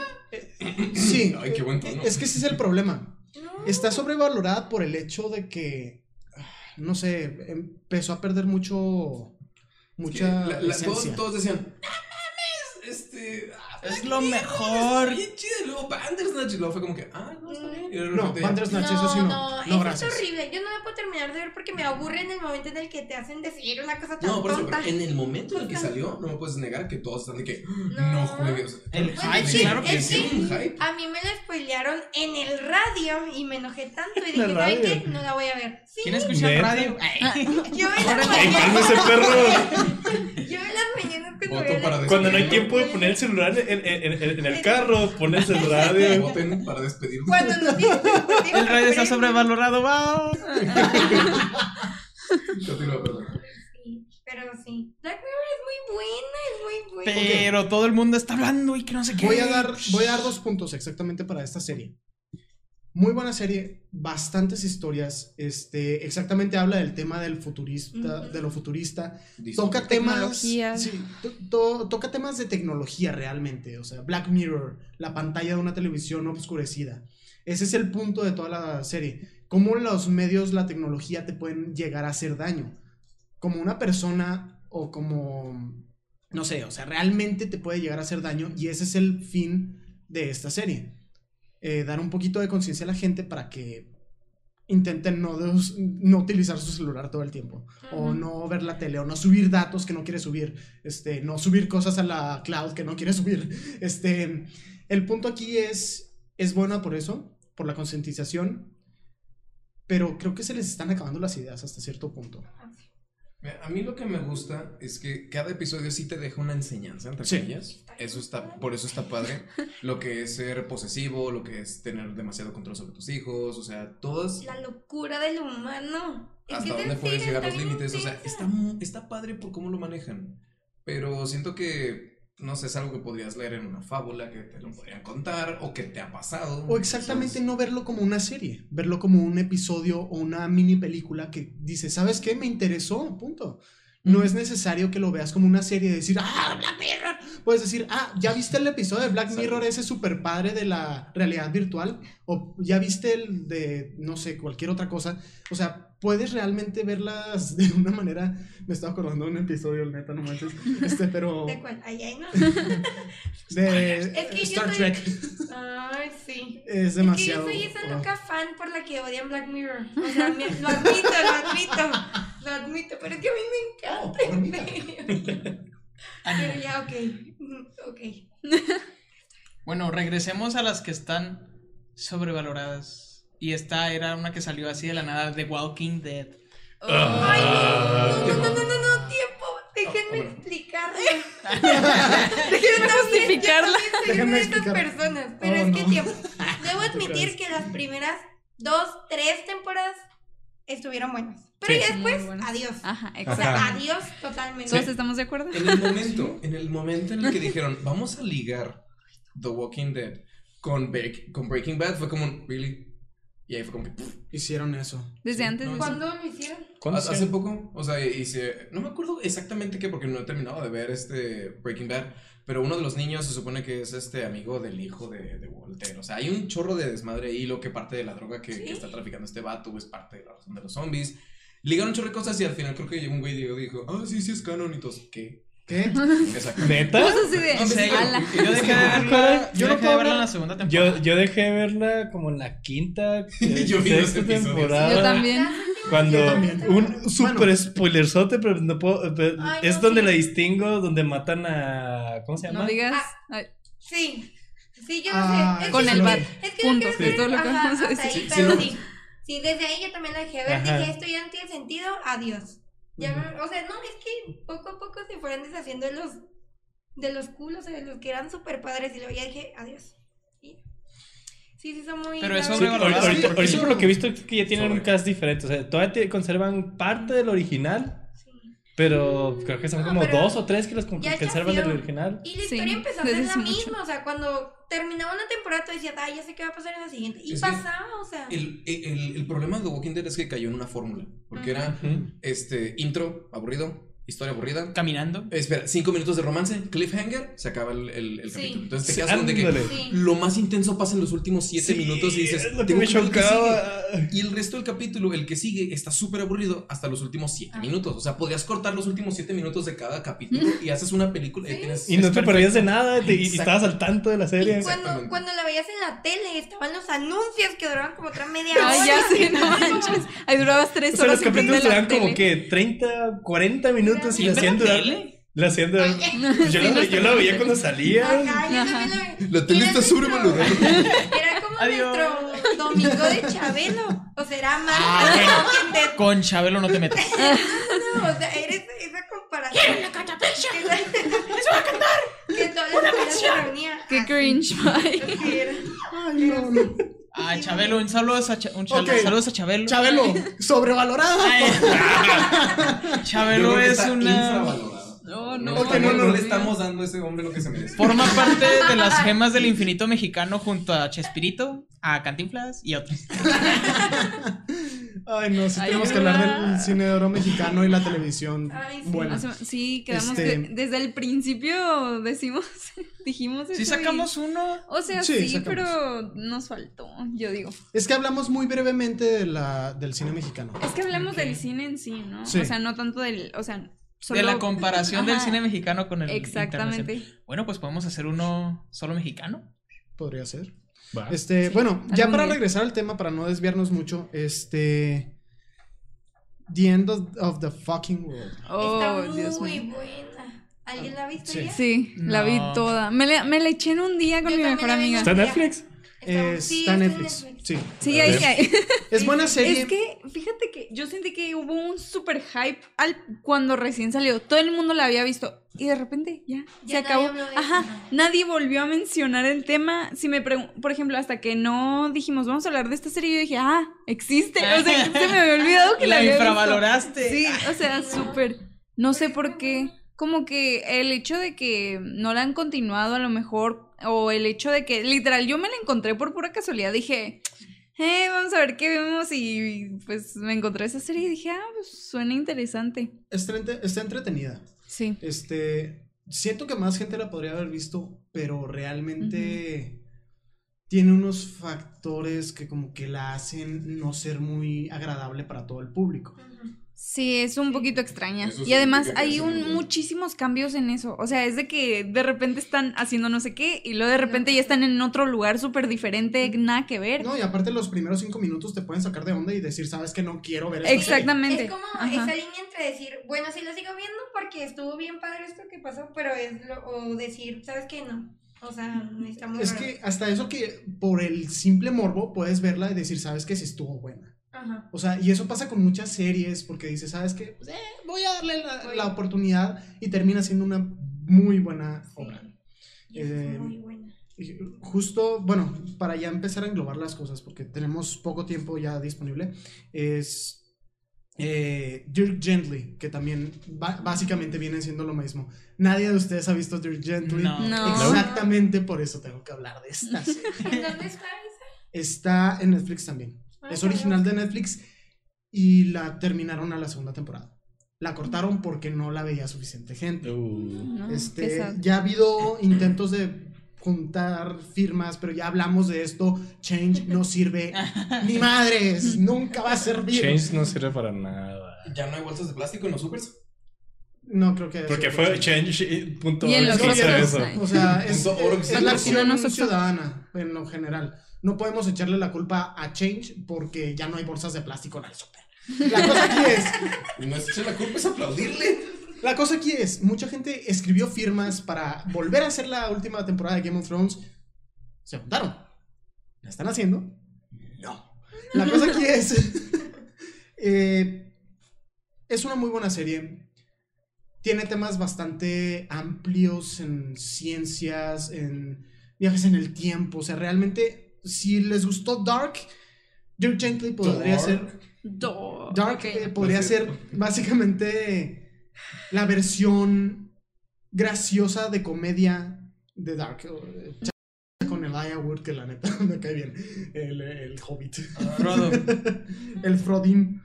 S2: Sí.
S3: Ay, qué buen tono.
S2: Es que ese es el problema.
S4: No.
S2: Está sobrevalorada por el hecho de que, ah, no sé, em, empezó a perder mucho,
S3: Que
S2: mucha
S3: la- la-
S2: esencia.
S3: todos, todos decían, ¡No mames! Este. ah,
S1: Es lo mejor.
S3: está bien chido. Y luego Bandersnatch. Y luego fue como que, ah, no, está bien. Y de
S2: No,
S3: repente ya-
S2: Bandersnatch, eso sí no. No,
S4: eso
S2: gracias.
S4: es horrible. Yo no la puedo terminar de ver porque me aburre en el momento en el que te hacen decidir una cosa tan
S3: No, por eso,
S4: tonta.
S3: pero en el momento en el que salió, no me puedes negar que todos están de que "Ah, no,
S4: No.
S3: juegues.
S1: El
S3: Claro,
S1: hype,
S3: le-
S1: sí, claro
S3: le
S1: que
S3: hicieron
S4: sí.
S3: un hype.
S4: A mí me la spoilearon en el radio y me enojé tanto y
S5: En el
S4: dije, ¿saben
S5: radio".
S4: qué? No la voy a ver. Sí,
S1: ¿Quién escucha
S5: ¿Neta?
S1: radio? Ay,
S4: yo en las
S5: ¡Ey,
S4: mañanas,
S5: cálmese, perro!
S4: yo en las mañanas cuando
S3: Voto
S4: veo la-
S3: para
S5: Cuando no hay tiempo de poner el celular en, en- en- en el carro, pones el radio.
S3: Voten para despedirnos.
S4: Cuando no tienes
S1: el radio está sobrevalorado, wow.
S3: Continúa, perdón.
S4: Sí, pero sí. Black Mirror es muy buena, es muy buena.
S1: Pero todo el mundo está hablando y que no sé qué.
S2: Voy a dar, voy a dar dos puntos exactamente para esta serie. Muy buena serie, bastantes historias. Este, exactamente habla del tema del futurista,
S4: Ujú.
S2: de lo futurista.
S3: Disculpa.
S2: Toca temas, sí,
S6: Tecnología.
S2: to- to- toca temas de tecnología realmente. O sea, Black Mirror, la pantalla de una televisión obscurecida. Ese es el punto de toda la serie. Cómo los medios, la tecnología te pueden llegar a hacer daño. Como una persona o como no sé, o sea, realmente te puede llegar a hacer daño y ese es el fin de esta serie. Eh, dar un poquito de conciencia a la gente para que intenten no, des- no utilizar su celular todo el tiempo, o
S4: Ujú.
S2: Oh, no ver la tele, o no subir datos que no quiere subir, este, no subir cosas a la cloud que no quiere subir. Este, el punto aquí es, es buena por eso, por la concientización, pero creo que se les están acabando las ideas hasta cierto punto.
S4: Ah,
S3: Mira, A mí lo que me gusta es que cada episodio sí te deja una enseñanza, entre
S2: Sí.
S3: comillas. Eso está, por eso está padre. Lo que es ser posesivo, lo que es tener demasiado control sobre tus hijos, o sea, todas
S4: La locura del humano. Es
S3: hasta
S4: que es
S3: dónde
S4: en
S3: pueden
S4: serio,
S3: llegar los
S4: está bien
S3: límites. O sea,
S4: intensa.
S3: está, mu- está padre por cómo lo manejan. Pero siento que, no sé, es algo que podrías leer en una fábula, que te lo podrían contar, o que te ha pasado.
S2: O exactamente
S3: Entonces,
S2: no verlo como una serie, verlo como un episodio o una mini película que dice, ¿sabes qué? Me interesó, punto. No es necesario que lo veas como una serie y decir, ¡ah, Black Mirror! Puedes decir, ah, ¿ya viste el episodio de Black
S3: Exacto.
S2: Mirror, ese super padre de la realidad virtual? O ya viste el de, no sé, cualquier otra cosa. O sea, puedes realmente verlas de una manera. Me estaba acordando de un episodio, neta, no manches. Este, pero.
S4: ¿De cuál? Ay, ay, no.
S2: De
S4: Es que yo
S2: Star
S4: soy-
S2: Trek.
S4: Ay, sí.
S2: Es
S4: Es que
S2: demasiado.
S4: yo soy esa
S2: oh.
S4: loca fan por la que odian Black Mirror. O sea, me- lo admito, lo admito. Lo admito, pero es que a mí me encanta. en serio. pero ya, ok. mm, Ok.
S1: Bueno, regresemos a las que están sobrevaloradas. Y esta era una que salió así de la nada, The Walking Dead.
S4: Ay, no, no, no, no, no, no, tiempo. Déjenme
S3: bueno.
S4: explicarme.
S6: Déjenme justificarla.
S4: Soy
S2: Déjenme
S4: una de estas
S2: explicar.
S4: personas, pero
S2: Oh,
S4: es que
S2: no.
S4: tiempo. Debo
S2: creas.
S4: admitir que las primeras dos, tres temporadas estuvieron buenas. Pero
S5: Sí.
S4: ya después,
S6: Muy buenas.
S4: adiós.
S6: Ajá,
S4: O
S6: exacto.
S4: sea,
S5: Ajá.
S4: adiós totalmente.
S6: ¿Todos estamos de acuerdo?
S3: En el momento, en el momento en el que dijeron, vamos a ligar The Walking Dead con, Bre- con Breaking Bad, fue como, un, really? Y ahí fue como que, pff,
S2: Hicieron eso.
S6: Desde
S3: Sí,
S6: antes.
S3: no,
S6: ¿cuándo?
S4: ¿Cuándo lo hicieron?
S5: ¿Cuándo
S3: Hace
S5: se-
S3: poco, o sea, y se- no me acuerdo exactamente qué, porque no he terminado de ver este Breaking Bad, pero uno de los niños se supone que es este amigo del hijo de, de Walter. O sea, hay un chorro de desmadre ahí, lo que parte de la droga que, que
S4: Sí.
S3: está traficando este vato es parte de la razón de los zombies. Ligaron un chorro de cosas y al final creo que llegó un güey y dijo, ah, sí, sí es canon y todos, ¿qué?
S2: ¿Qué?
S3: Exactamente.
S5: ¿Neta?
S6: Pues así de,
S1: No sé, yo,
S6: ala.
S1: yo dejé de verla, yo
S2: Yo no
S1: dejé
S2: puedo
S1: de verla en
S2: hablar.
S1: la segunda temporada.
S5: Yo, yo dejé de verla como en la quinta, eh,
S3: Yo vi los
S5: sexta
S3: episodios.
S5: temporada.
S6: Yo también.
S5: Cuando
S2: también.
S5: un super spoilerzote, pero no puedo. pero
S4: Ay,
S5: es
S4: no,
S5: donde
S4: sí.
S5: la distingo, donde matan a. ¿Cómo se llama?
S6: No digas.
S4: Ah.
S6: ay,
S4: Sí. Sí, yo
S2: Ah,
S4: no sé.
S6: con
S4: que
S6: el
S4: sí,
S6: bar.
S4: Es que
S6: Punto.
S4: no
S5: Sí.
S4: quiero
S6: Todo lo que
S4: ajá,
S6: vamos a
S4: hasta
S6: decir.
S4: ahí,
S3: Sí,
S4: pero
S3: sí.
S4: sí. Sí, desde ahí yo también la dejé ver.
S5: Ajá.
S4: Dije, esto ya no tiene sentido. Adiós. Ya, no- O sea, no, es que poco a poco se fueron deshaciendo de los, de los culos, de los que eran súper padres. Y luego ya dije, adiós. Y- Sí, sí, son muy...
S1: Pero es
S4: la
S5: Sí,
S1: sobre-
S4: verdad-
S5: ahor- ahorita,
S2: Sí,
S5: ahorita
S2: sí.
S5: por lo que he visto es que ya tienen un
S3: Sobre.
S5: cast diferente. O sea, todavía te- conservan parte del original,
S4: sí.
S5: pero creo que son
S4: No,
S5: como
S4: pero
S5: dos o tres que los con-
S4: ya
S5: conservan del
S4: cambió.
S5: original.
S4: Y la
S6: Sí,
S4: historia empezó a
S6: desde
S4: ser la
S6: hace mucho.
S4: misma. O sea, cuando terminaba una temporada, tú decías, ah, ya sé qué va a pasar en la siguiente. Y
S3: Es que
S4: pasaba, o sea...
S3: El, el- el problema de The Walking Dead es que cayó en una fórmula, porque era este intro aburrido, historia aburrida,
S1: Caminando.
S3: Espera, cinco minutos de romance, cliffhanger, se acaba el, el- el
S4: Sí.
S3: capítulo. Entonces te
S5: Sí,
S3: quedas con de que
S5: ándale.
S4: Sí.
S3: lo más intenso pasa en los últimos siete
S5: Sí,
S3: minutos y dices,
S5: es lo que
S3: "Tengo
S5: me
S3: que ver el que sigue".
S5: chocaba.
S3: Y el resto del capítulo, el que sigue, está súper aburrido hasta los últimos siete
S4: Ah.
S3: minutos. O sea, podrías cortar los últimos siete minutos de cada capítulo y haces una película. y
S4: Sí.
S3: tienes-
S5: Y
S3: es
S5: no te
S3: perfecto.
S5: perdías de nada te- y, y
S3: Exacto.
S5: estabas al tanto de la serie.
S4: Y cuando,
S3: Exactamente.
S4: cuando la veías en la tele, estaban los anuncios que duraban como otra media hora.
S6: Ay, ya sé, no manches. Ahí durabas
S5: O
S6: tres
S5: sea,
S6: horas
S5: los
S6: enfrente
S5: capítulos
S6: de la
S5: duran
S6: tele.
S5: como que 30, 40 minutos y la
S1: ¿Quién ve
S5: hacían
S1: la
S5: durar.
S1: tele?
S5: La hacían durar. Yo la, yo la veía cuando salía.
S4: Ajá, yo también la veía.
S3: La tele
S4: Era
S3: está
S4: nuestro-
S3: sobrevalorada.
S4: Era como
S1: Adiós.
S4: nuestro domingo de Chabelo. O sea, era más.
S1: Ah, bueno. Con Chabelo no te metas.
S4: No, o sea, era esa, esa comparación. ¡Quiero una ¡Les voy a cantar! Que toda la familia se reunía.
S6: Qué
S4: así.
S6: cringe, bye.
S4: Así era.
S2: Ay, no, no.
S1: Ah, Chabelo, un saludo a, Cha- un chal-
S2: Ok.
S1: saludos a Chabelo.
S2: Chabelo, sobrevalorada.
S1: Ay.
S3: Yo
S1: Chabelo
S3: creo que
S1: es
S3: está
S1: una.
S3: infravalorado.
S6: No,
S3: No,
S6: no.
S3: le
S2: Ok, no,
S3: estamos-
S2: no,
S3: no
S2: no.
S3: le estamos dando a ese hombre lo que se merece.
S1: Forma parte de las gemas del infinito mexicano junto a Chespirito, a Cantinflas y otros.
S2: Ay, no, sí
S6: Ay,
S2: tenemos
S6: no.
S2: que hablar del cine de oro mexicano y la televisión.
S4: Ay, sí.
S2: Bueno,
S6: O sea, sí, quedamos
S2: Este-
S6: que desde el principio decimos, dijimos eso.
S1: Sí
S6: y-
S1: sacamos uno.
S6: O sea,
S2: Sí,
S6: sí,
S2: sacamos.
S6: pero nos faltó, yo digo.
S2: es que hablamos muy brevemente de la, del cine mexicano.
S6: Es que hablamos
S1: Ok.
S6: del cine en sí, ¿no?
S2: Sí.
S6: O sea, no tanto del, o sea, solo
S1: De la comparación del
S6: Ajá.
S1: cine mexicano con el
S6: Exactamente.
S1: internacional. Bueno, pues podemos hacer uno solo mexicano.
S2: Podría ser.
S5: Va.
S2: Este,
S6: Sí,
S2: bueno, ya
S6: algún
S2: para
S6: día.
S2: regresar al tema, para no desviarnos mucho, este. The End of, of the Fucking World.
S6: Oh,
S4: Está
S6: Dios
S4: muy
S6: mío.
S4: buena. ¿Alguien la ha visto
S2: Sí.
S4: ya?
S6: Sí, la vi
S1: No.
S6: toda. Me, le- me la eché en un día con
S4: Yo
S6: mi
S4: también
S6: mejor
S4: la vi en
S6: amiga.
S5: ¿Está en Netflix?
S4: Está- sí,
S2: está en Netflix. Sí.
S6: Sí, ahí, ahí.
S2: Es buena serie.
S6: Es que, fíjate que yo sentí que hubo un super hype al, cuando recién salió. Todo el mundo la había visto. Y de repente, ya, se
S4: Ya nadie
S6: acabó.
S4: habló de eso,
S6: Ajá,
S4: ajá.
S6: nadie volvió a mencionar el tema. Si me pregun- por ejemplo, hasta que no dijimos, vamos a hablar de esta serie, yo dije, ah, existe. O sea, se me había olvidado que la,
S1: La
S6: había visto.
S1: infravaloraste.
S6: Sí, o sea, súper. No sé por qué. Como que el hecho de que no la han continuado a lo mejor, o el hecho de que, literal, yo me la encontré por pura casualidad. Dije, eh, vamos a ver qué vemos. Y pues me encontré esa serie y dije, ah, pues suena interesante.
S2: Está entre- está entretenida.
S6: Sí.
S2: Este, siento que más gente la podría haber visto, pero realmente tiene unos factores que como que la hacen no ser muy agradable para todo el público.
S6: Sí, es un poquito extraña.
S3: Eso
S6: Y además
S3: significa que
S6: hay
S3: es
S6: un,
S3: un-
S6: muchísimos cambios en eso. O sea, es de que de repente están haciendo no sé qué y luego de repente
S4: Ujú.
S6: ya están en otro lugar súper diferente, nada que ver.
S2: No, y aparte los primeros cinco minutos te pueden sacar de onda y decir, sabes que no quiero ver esta serie".
S6: Exactamente.
S4: Es como
S6: Ajá.
S4: esa línea entre decir, bueno, sí lo sigo viendo porque estuvo bien padre esto que pasó, pero es lo, o decir, ¿sabes qué? No. O sea, está muy
S2: Es
S4: raro.
S2: que hasta eso que por el simple morbo puedes verla y decir, sabes que sí estuvo buena.
S4: Ajá.
S2: O sea, y eso pasa con muchas series porque dices, sabes que pues, eh, voy a darle la,
S4: Voy.
S2: la oportunidad y termina siendo una muy buena
S4: Sí.
S2: obra.
S4: Y eso es
S2: Oh, Eh,
S4: muy buena.
S2: Y Justo, bueno, para ya empezar a englobar las cosas, porque tenemos poco tiempo ya disponible, es eh, Dirk Gently, que también ba- básicamente viene siendo lo mismo. Nadie de ustedes ha visto Dirk Gently.
S1: No.
S6: No.
S2: Exactamente por eso tengo que hablar de esta serie.
S4: ¿En dónde está esa?
S2: Está en Netflix también.
S4: Ah,
S2: Es
S4: cabrón.
S2: original de Netflix y la terminaron a la segunda temporada. La cortaron porque no la veía suficiente gente.
S5: Uh,
S6: No, Ah, qué
S2: Este,
S6: sad.
S2: ya ha habido intentos de juntar firmas, pero ya hablamos de esto. Change no sirve ni madres, nunca va a servir.
S5: Change no sirve para nada.
S3: ¿Ya no hay bolsas de plástico en los supers?
S2: No creo que.
S5: Porque fue change y punto
S6: Y en
S5: org,
S6: los
S5: hizo
S6: otros,
S5: eso.
S6: ay.
S2: O sea, es,
S3: Punto org,
S2: es
S3: sí,
S2: la
S3: no
S2: acción
S6: sirve.
S2: ciudadana en lo general. No podemos echarle la culpa a Change porque ya no hay bolsas de plástico en el súper. La cosa aquí es
S3: Y no es echarle la culpa, es aplaudirle.
S2: La cosa aquí es, mucha gente escribió firmas para volver a hacer la última temporada de Game of Thrones. Se juntaron. ¿La están haciendo? No. La cosa aquí es... eh, es una muy buena serie. Tiene temas bastante amplios en ciencias, en viajes en el tiempo. O sea, realmente, si les gustó Dark, Dirk Gently podría
S3: Dark.
S2: ser...
S6: Do-
S2: Dark
S6: ok.
S2: eh, podría ser básicamente la versión graciosa de comedia de Dark. o, eh, ch- Con el Wood, que la neta me cae bien. El, el Hobbit.
S1: Frodo.
S2: el Frodin.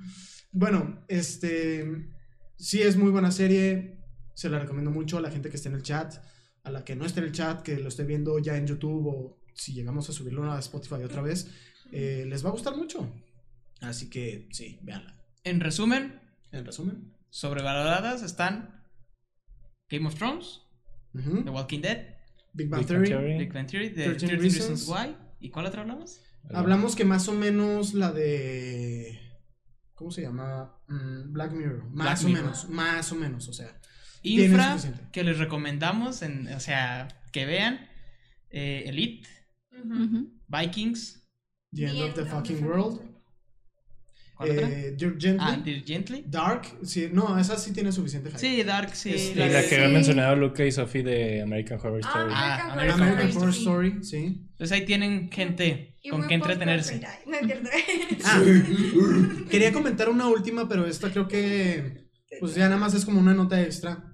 S2: Bueno, este. Sí, es muy buena serie. Se la recomiendo mucho a la gente que esté en el chat. A la que no esté en el chat, que lo esté viendo ya en YouTube o si llegamos a subirlo a Spotify otra vez. eh, les va a gustar mucho. Así que sí, véanla.
S1: En resumen,
S2: En resumen.
S1: sobrevaloradas están Game of Thrones,
S2: Ujú.
S1: The Walking Dead,
S2: Big Bang
S5: Big
S2: Theory.
S5: Theory.
S1: Big Bang Theory, The
S2: 13
S1: 13
S2: Reasons
S1: Reasons Why. ¿Y cuál otra hablamos?
S2: Hablamos que más o menos la de. ¿Cómo se llama? Mm, Black Mirror. Más
S1: Black
S2: o
S1: Mirror.
S2: menos. Más o menos. O sea. Tiene
S1: Infra,
S2: suficiente.
S1: que les recomendamos, en, o sea, que vean. eh, Elite,
S4: Ujú.
S6: Ujú.
S1: Vikings,
S2: The End of the
S4: Bien,
S2: Fucking
S4: ¿dónde
S2: World.
S1: ¿cuál otra?
S2: eh, Dirk Gently.
S1: Ah, Dirk Gently.
S2: Dark. Sí, no, esa sí tiene suficiente hype.
S1: Sí, Dark, sí.
S2: Este,
S5: Y la que
S6: Sí.
S5: habían mencionado Luca y Sophie de American Horror
S4: Ah,
S5: Story.
S1: Ah,
S4: American Horror
S2: American
S1: American
S2: Horror
S4: Story.
S2: Story, sí.
S1: Entonces ahí tienen gente
S4: Y
S1: con
S4: Will
S1: que
S4: Post
S1: entretenerse.
S4: Perfect. No es cierto.
S2: Ah, quería comentar una última, pero esta creo que. Pues ya nada más es como una nota extra.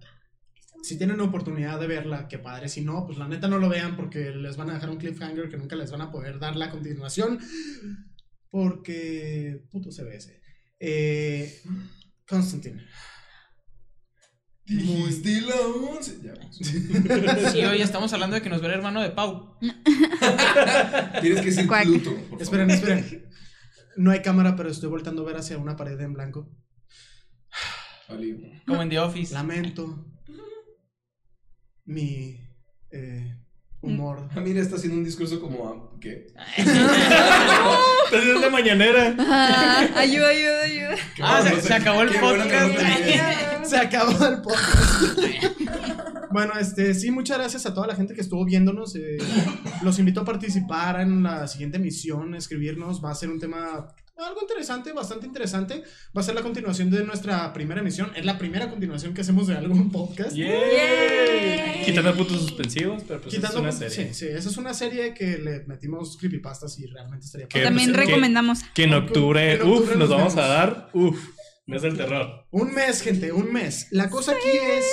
S2: Si tienen oportunidad de verla, qué padre. Si no, pues la neta no lo vean porque les van a dejar un cliffhanger que nunca les van a poder dar la continuación. Porque. Puto CBS. Eh, Constantine.
S3: Dijiste la once. Ya, pues.
S1: Y hoy estamos hablando de que nos ve el hermano de Pau.
S3: Tienes que decir
S6: Cuac.
S3: Pluto. por favor.
S2: Esperen, esperen. No hay cámara, pero estoy voltando a ver hacia una pared en blanco.
S3: Vale.
S1: Como en The Office.
S2: Lamento. Mi. eh, humor.
S3: Ah, mira, está haciendo un discurso como. ah, ¿Qué?
S5: Entonces Pues es la mañanera.
S6: Ah, ayuda, ayuda, ayuda.
S3: Qué
S1: Ah,
S3: bueno,
S1: se,
S3: no sé-
S1: se acabó el
S3: qué bueno que no
S1: podcast.
S3: tenía.
S2: Se acabó el podcast. bueno, este, sí, muchas gracias a toda la gente que estuvo viéndonos. eh, los invito a participar en la siguiente emisión, escribirnos. Va a ser un tema algo interesante, bastante interesante. Va a ser la continuación de nuestra primera emisión. Es la primera continuación que hacemos de algún podcast.
S5: Yay. Quitando puntos suspensivos, pero pues
S2: Quitando,
S5: es una
S2: Sí,
S5: serie.
S2: sí, esa es una serie que le metimos creepypastas y realmente estaría
S5: Que-
S2: padre.
S6: También
S5: pues, que-
S6: recomendamos.
S5: Que en octubre,
S2: En
S5: uff,
S2: octubre
S5: nos
S2: nos
S5: vamos a
S2: vemos.
S5: dar, uff, mes del terror.
S2: Un mes, gente, un mes. La cosa aquí es.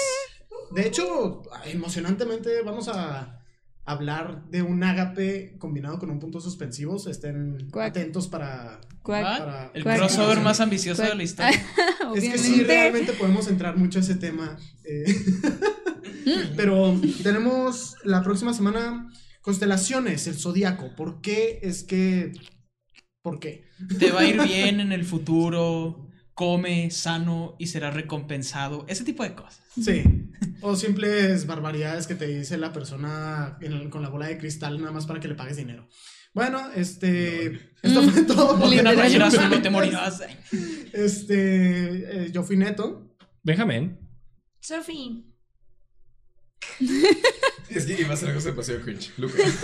S2: De hecho, emocionantemente vamos a hablar de un ágape combinado con un punto suspensivos. Estén
S6: Cuac.
S2: atentos para.
S6: Cuac,
S1: Ah, El
S6: Cuac.
S1: crossover más ambicioso
S6: Cuac.
S1: de la historia.
S2: Es que
S6: Ah, obviamente.
S2: sí, realmente podemos entrar mucho a ese tema. eh. Pero tenemos la próxima semana constelaciones, el zodiaco. ¿Por qué es que.? ¿Por qué?
S1: Te va a ir bien en el futuro. Come sano y serás recompensado. Ese tipo de cosas.
S2: Sí. O simples barbaridades que te dice la persona en el- con la bola de cristal nada más para que le pagues dinero. Bueno, este. Esto fue todo. Este, por
S1: Ponte una
S2: el
S1: playera azul, no
S2: podcast.
S1: te morirás. Ay.
S2: Este. eh, yo fui neto.
S5: Benjamín.
S4: Sofi.
S3: Es que iba a ser algo se paseo cringe. Lucas.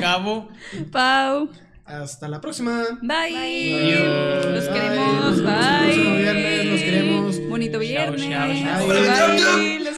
S1: Cabo.
S6: Pau.
S2: Hasta la próxima.
S6: Bye.
S5: Adiós.
S6: Los
S2: Bye.
S6: queremos.
S2: Nos vemos el
S6: Bye.
S2: próximo viernes. Los queremos.
S6: Bonito
S5: Chao, chao,
S6: viernes.
S5: chao.
S6: Bye. Los